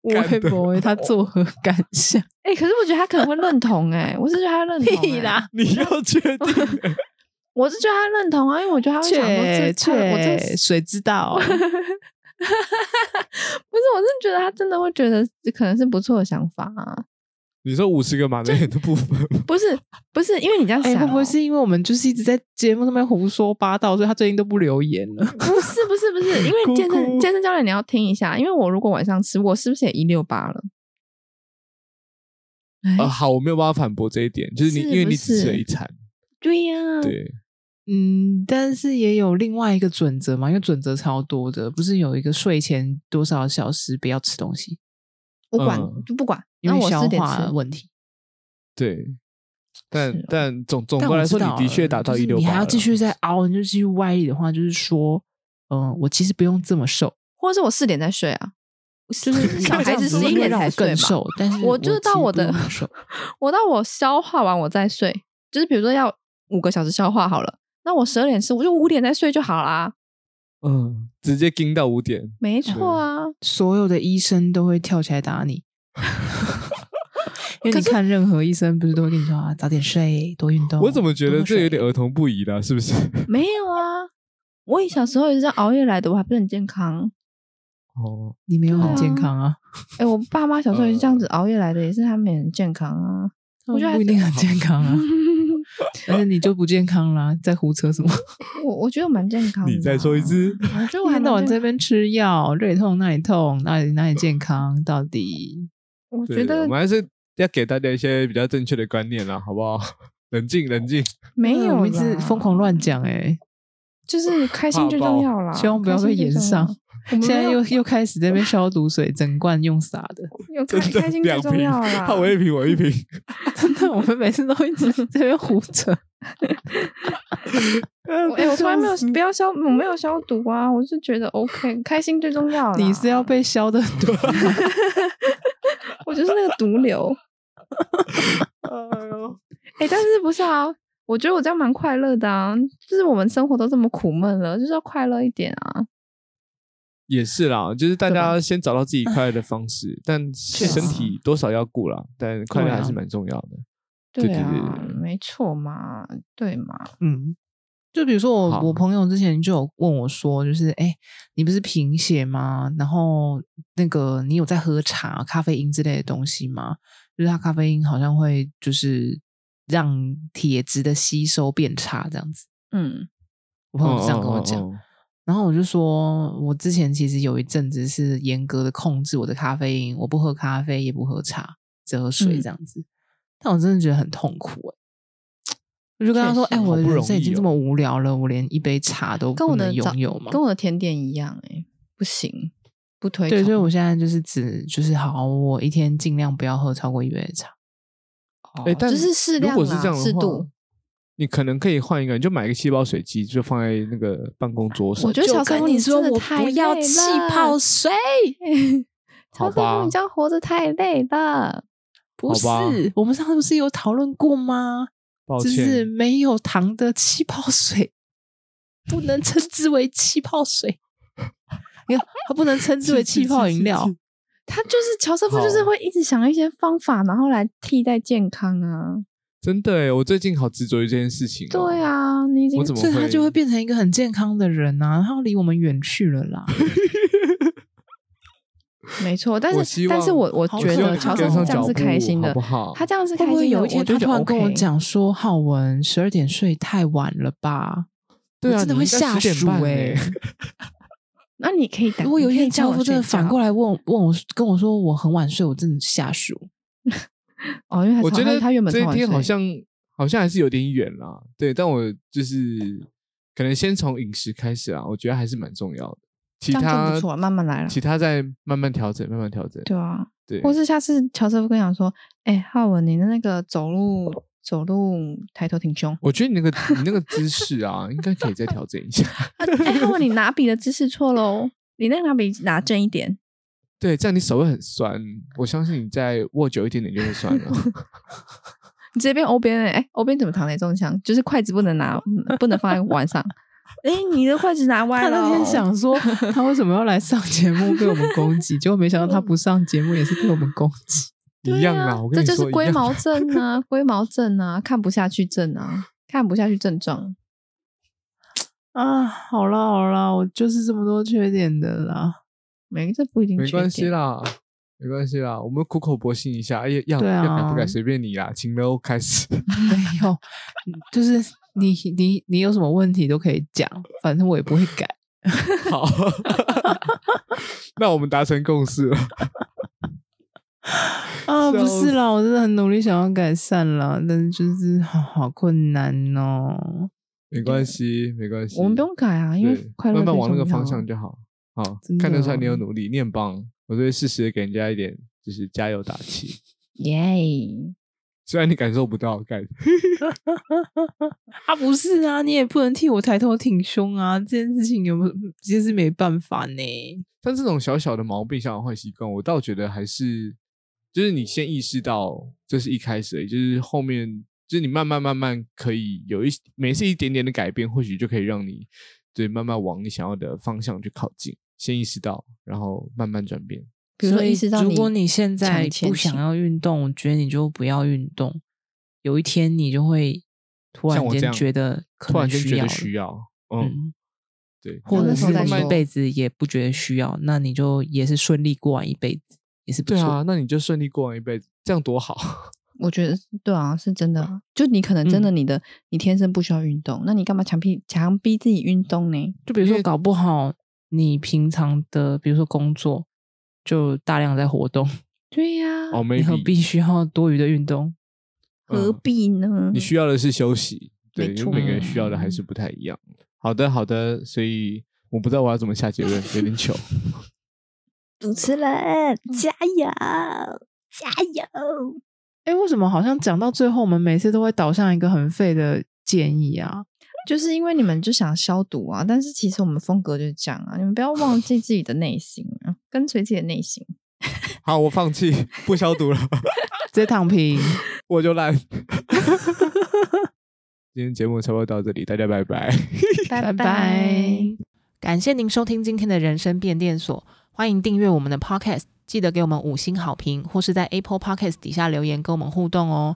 B: 微
A: 干的
B: 博，他作何感想？
C: 哎、可是我觉得他可能会认同哎、我是觉得他认同、
B: *laughs*
C: 欸。
B: 屁啦！
A: *laughs* 你要
B: *laughs*
A: 确定
C: 我是觉得他认同啊，因为我觉得他会想说这
B: 确
C: 他我这
B: 确，
C: 不
B: 谁知道？
C: 是，我是觉得他真的会觉得这可能是不错的想法啊，
A: 你说五十个马德莲的部分吗，
C: 不是不是，因为你这样想
B: 哎，
C: 哦、
B: 会不会是因为我们就是一直在节目上面胡说八道，所以他最近都不留言了？
C: 不是不是不是，因
A: 哭
C: 为健身
A: 哭
C: 健身教练你要听一下，因为我如果晚上吃，我是不是也一六八了？哎、
B: 啊
A: 呃，好，我没有办法反驳这一点，就是你
C: 是
A: 因为
C: 不
A: 你只吃了
C: 是
A: 一餐，
C: 对呀、
A: 对，
B: *laughs* 嗯，但是也有另外一个准则嘛，因为准则超多的，不是有一个睡前多少小时不要吃东西，
C: 我管、
A: 嗯
C: 就不管，
B: 因
C: 然
B: 为
C: 后我
B: 消
C: 四点
B: 化
C: 吃，
B: 问题。
A: 对，但、
C: 是哦
A: 但总总
B: 但
A: 的
B: 我
A: 来
B: 知
A: 说，你
B: 道
A: 的
B: 了
A: 确达到
B: 就
A: 一
B: 是
A: 六八，
B: 你还要继续再熬，你就继续歪理的话，就是说，嗯、我其实不用这么
C: *laughs*
B: 瘦，
C: 或者是我四点再睡啊。就是小
B: 像这
C: 孩
B: 样
C: 子
B: 子
C: 十
B: 会
C: 一点
B: 让
C: 才
B: 我
C: 睡
B: 更
C: 嘛，
B: 瘦，但是
C: 我就是到
B: 其实
C: 我
B: 不
C: 的 *laughs*
B: 用那么瘦，
C: 我到我消化完我再睡，就是比如说要五个小时消化好了，那我十二点吃，我就五点再睡就好啦。
A: 嗯，直接盯到五点，
C: 没错啊，
B: 所有的医生都会跳起来打
C: *laughs*
B: 你。因为你看，任何医生不是都会跟你说啊，早点睡，多运动。
A: 我怎么觉
B: 多
A: 得
B: 喝
A: 这有
B: 水
A: 点儿童不宜了？是不是？
C: 没有
B: *laughs*
C: 啊，我小时候也是熬夜来的，我还不是很健康。
A: *laughs* 哦，
B: 你没有很健
C: 对啊
B: 康啊？
C: 哎、我爸妈小时候也是这样子
B: 呃
C: 熬夜来的，也是他们也很健康
B: *laughs*
C: 啊。我觉得还
B: 哦不一
C: 是
B: 定很健康
C: *laughs*
B: 啊，但是你就不健康啦，在胡扯什么？
C: 我我觉得我蛮健康的、啊
A: 你再说一，次，
C: 我
B: *laughs*
C: 觉得我
B: 一
C: 还
B: 天到
C: 蛮
B: 晚
C: 健
B: 这边吃药，这里痛那里痛，哪里哪里健康？到底
C: 我
A: 对
C: 觉
A: 我
C: 得
A: 们还是要给大家一些比较正确的观念啦，好不 *laughs* 好？冷静，冷静，
C: 没有
B: 嗯
C: 啦，
B: 我一直疯狂乱讲哎， *laughs*
C: 就是开心最重要啦，
B: 希望不要
C: 开
B: 被
C: 心最
B: 延
C: 重要
B: 上。
C: 我们
B: 现在
C: 没
B: 又
C: 有
B: 又开始在那边消毒水，整罐用洒的。
C: 有开
A: 真的
C: 开心最
A: 两
C: 重
A: 瓶
C: 要，
A: *laughs*
C: 啦。
A: 他我一瓶，我一瓶。
B: *laughs* 真的，我们每次都一直在那边胡 *laughs* 扯。*laughs*
C: 我哎、我从来没有不要消，我没有消毒啊，我是觉得 OK，开心最重要啦。
B: 你是要被消的 *laughs* 毒，
C: 我就是那个毒瘤。哎、但是不是啊？我觉得我这样蛮快乐的啊，就是我们生活都这么苦闷了，就是要快乐一点啊。
A: 也是啦，就是大
C: 对吧
A: 家先找到自己快乐的方式，但
B: 确
A: 身
B: 实
A: 体多少要顾啦，但快乐
B: 对啊
A: 还是蛮重要的。对
C: 啊，
A: 对对对
C: 没错嘛，对嘛。
B: 嗯，就比如说我
A: 好
B: 我朋友之前就有问我说，就是哎、诶你不是贫血吗？然后那个你有在喝茶、咖啡因之类的东西吗？就是它咖啡因好像会就是让铁质的吸收变差这样子。
C: 嗯，
B: 我朋友是这样跟哦我讲，
A: 嗯嗯嗯嗯
B: 然后我就说，我之前其实有一阵子是严格的控制我的咖啡因，我不喝咖啡，也不喝茶，只喝水
C: 嗯
B: 这样子。但我真的觉得很痛苦、欸我就跟他说：“
C: 确
B: 哎、
C: 实
B: 我的
A: 好不
B: 人
A: 容
B: 生已
A: 易
B: 经这
A: 哦
B: 么无聊了，我连一杯茶都
C: 跟
B: 不
C: 我的
B: 能
C: 早
B: 拥有吗
C: 跟我的甜点一样、哎，不行，不？”推崇。哦
B: 对，所以我现在就是只就是好，我一天尽量不要喝超过一杯的茶。哦
A: 哎，但
C: 就是适
A: 如
C: 量
A: 果是
C: 啦
A: 这样的
C: 适
A: 话
C: 度。 *laughs*
A: 你可能可以换一个，你就买一个气泡水机，就放在那个办公桌上
C: 我。觉得小时候真的太累了，
B: 水，
A: 好
C: 小时候
A: 吧
C: 你这样活着太累了。
B: 不
A: 好吧
B: 是我们上次不是有讨论过吗？
A: 抱
B: 就
A: 歉，
B: 是没有糖的气泡水，不能称之为气泡水。你看，它不能称之为气泡饮料。
C: 他就是乔瑟夫，就是
A: 好
C: 会一直想一些方法，然后来替代健康啊。
A: 真的哎，我最近好执着于这件事情。哦
C: 对，啊，你已经
A: 我怎么
B: 所以它就会
A: 会
B: 变成一个很健康的人啊，他离我们远去了啦。
C: 没错，但
A: 我
C: 是
A: 希
C: 但是
A: 望
C: 我我
B: 好
C: 觉
B: 希望
C: 得
B: 你
C: 乔
B: 跟
C: 瑟夫
B: 上
C: 这样
B: 脚
C: 是开心的
A: 好不，好？
C: 他这样是
B: 会
C: 开
B: 不会
C: 心的，
B: 有
C: 我
B: 一天
C: 就
B: 他
C: 觉
B: 突
C: 得
B: 然跟我
C: OK，
B: 讲说：“浩文，十二点睡太晚了吧？”
A: 对啊
B: 我真的会下
A: 你应该10点
B: 属
A: 半
B: 哎、
C: *laughs*
A: 欸
C: 那你可以打。
B: 如果有一天
C: 教
B: 教父真的反过
C: 来，
B: 来问我问我跟我说我很晚睡，我真的下属。
C: 哦，因为他
A: 我觉
C: 他
A: 得
C: 他原本
A: 这一
C: 超晚
A: 天好
C: 睡
A: 像好像还是有点远啦。对，但我就是可能先从饮食开始啊，我觉得还是蛮重要的。其
C: 这样就
A: 他
C: 不错慢慢来啦
A: 其他再慢慢调整，慢慢调整。
C: 对啊，
A: 对，
C: 或是下次乔瑟夫跟你讲说，哎，浩文，你的那个走路走路抬头挺胸， *laughs*
A: 我觉得你那个你那个姿势啊，应该可以再调整一下。 *laughs*
C: 哎，浩文，你拿笔的姿势错喽，你那个拿笔拿正一点。
A: 对，这样你手会很酸，我相信你再握久一点点就会酸
C: *laughs*
A: 了。
C: 你直接变欧边哎、欸，欧边怎么躺在中枪？就是筷子不能拿，嗯不能放在碗上，哎、你的筷子拿歪
B: 他
C: 了哦。
B: 那天想说，
A: *laughs*
B: 他为什么要来上节目被我们攻击？结果没想到他不上节目也是被我们攻击。
A: 一样啦，我跟
C: 这
A: 你
C: 就
A: 说，
C: 是
A: 一
C: 龟
A: 样
C: 毛症
A: *laughs*
C: 啊，龟毛症啊，看不下去症啊，看不下去症状。
B: 啊，好啦好啦，我就是这么多缺点的啦。 *laughs*
C: 没，这不一定
A: 没
C: 缺
A: 关系
C: 点。
A: 啦，没关系啦，我们苦口婆心一下，哎呀，要
B: 对啊
A: 要改不改随便你啦，请都开始。 *laughs*
B: 没有，嗯就是你你你有什么问题都可以讲，反正我也不会改。
A: 好，那我们达成共识了。
B: 啊，不
A: *laughs* 笑
B: 是啦，我真的很努力想要改善啦，但是就是好好困难哦，
A: 没关系，没关系，
C: 我们不用改啊，因为
A: 对
C: 快乐
A: 慢慢
C: 最
A: 往那个
C: 重要啊
A: 方向就好。好
B: 真，的
A: 看得出来你有努力，你很棒，我都会适时的给人家一点就是加油打气， *laughs*
C: 耶
A: 虽然你感受不到，感
B: 啊，不是啊，你也不能替我抬头挺胸啊，这件事情有没有，其实没办法呢。
A: 像这种小小的毛病、小小的坏习惯，我倒觉得还是，就是你先意识到，这是一开始而已，就是后面，就是你慢慢慢慢可以有一每次一点点的改变，或许就可以让你对慢慢往你想要的方向去靠近。先意识到，然后慢慢转变。
C: 比如说
B: 所以
C: 意识到
B: 如果你现在
C: 抢前
B: 不想
C: 行
B: 要运动，我觉得你就不要运动，有一天你就会突
A: 像
B: 然
A: 我这
B: 间
A: 样，
B: 觉得可
A: 突然
B: 能
A: 间
B: 需
A: 觉
B: 要
A: 得
B: 了，
A: 需要，嗯，
B: 嗯，
A: 对，
B: 或者
C: 那
B: 是
C: 时候再
B: 你
C: 说
B: 一辈子也不觉得需要，那你就也是顺利过完一辈子，也是不
A: 对
B: 错。
A: 啊，那你就顺利过完一辈子，这样多
B: *laughs*
A: 好。
C: 我觉得是对啊，是真的啊。就你可能真的你的、你天生不需要运动，那你干嘛强逼强逼自己运动呢？
B: 就比如
A: 因
B: 说，
A: 为
B: 搞不好你平常的，比如说工作，就大量在活动，
C: 对呀、
A: 哦，嗯没
B: 你何必需要多余的运动？
C: 何必呢？
A: 你需要的是休息，对，
C: 嗯没
A: 因
C: 错
A: 为每个人需要的还是不太一样。好的，好的，所以我不知道我要怎么下结论，有点
C: *laughs*
A: 糗。
C: 主持人加油加油！
B: 哎，为什么好像讲到最后，我们每次都会导向一个很废的建议啊？
C: 就是因为你们就想消毒啊，但是其实我们风格就是这样啊，你们不要忘记自己的内心啊，跟随自己的内心。
A: 好，我放弃，不消毒了，
B: 直接躺平，
A: 我就
C: *laughs*
A: 烂。今天节目差不多到这里，大家拜拜。
B: 拜拜。感谢您收听今天的人生变电所，欢迎订阅我们的 Podcast，记得给我们五星好评，或是在 Apple Podcast 底下留言跟我们互动哦。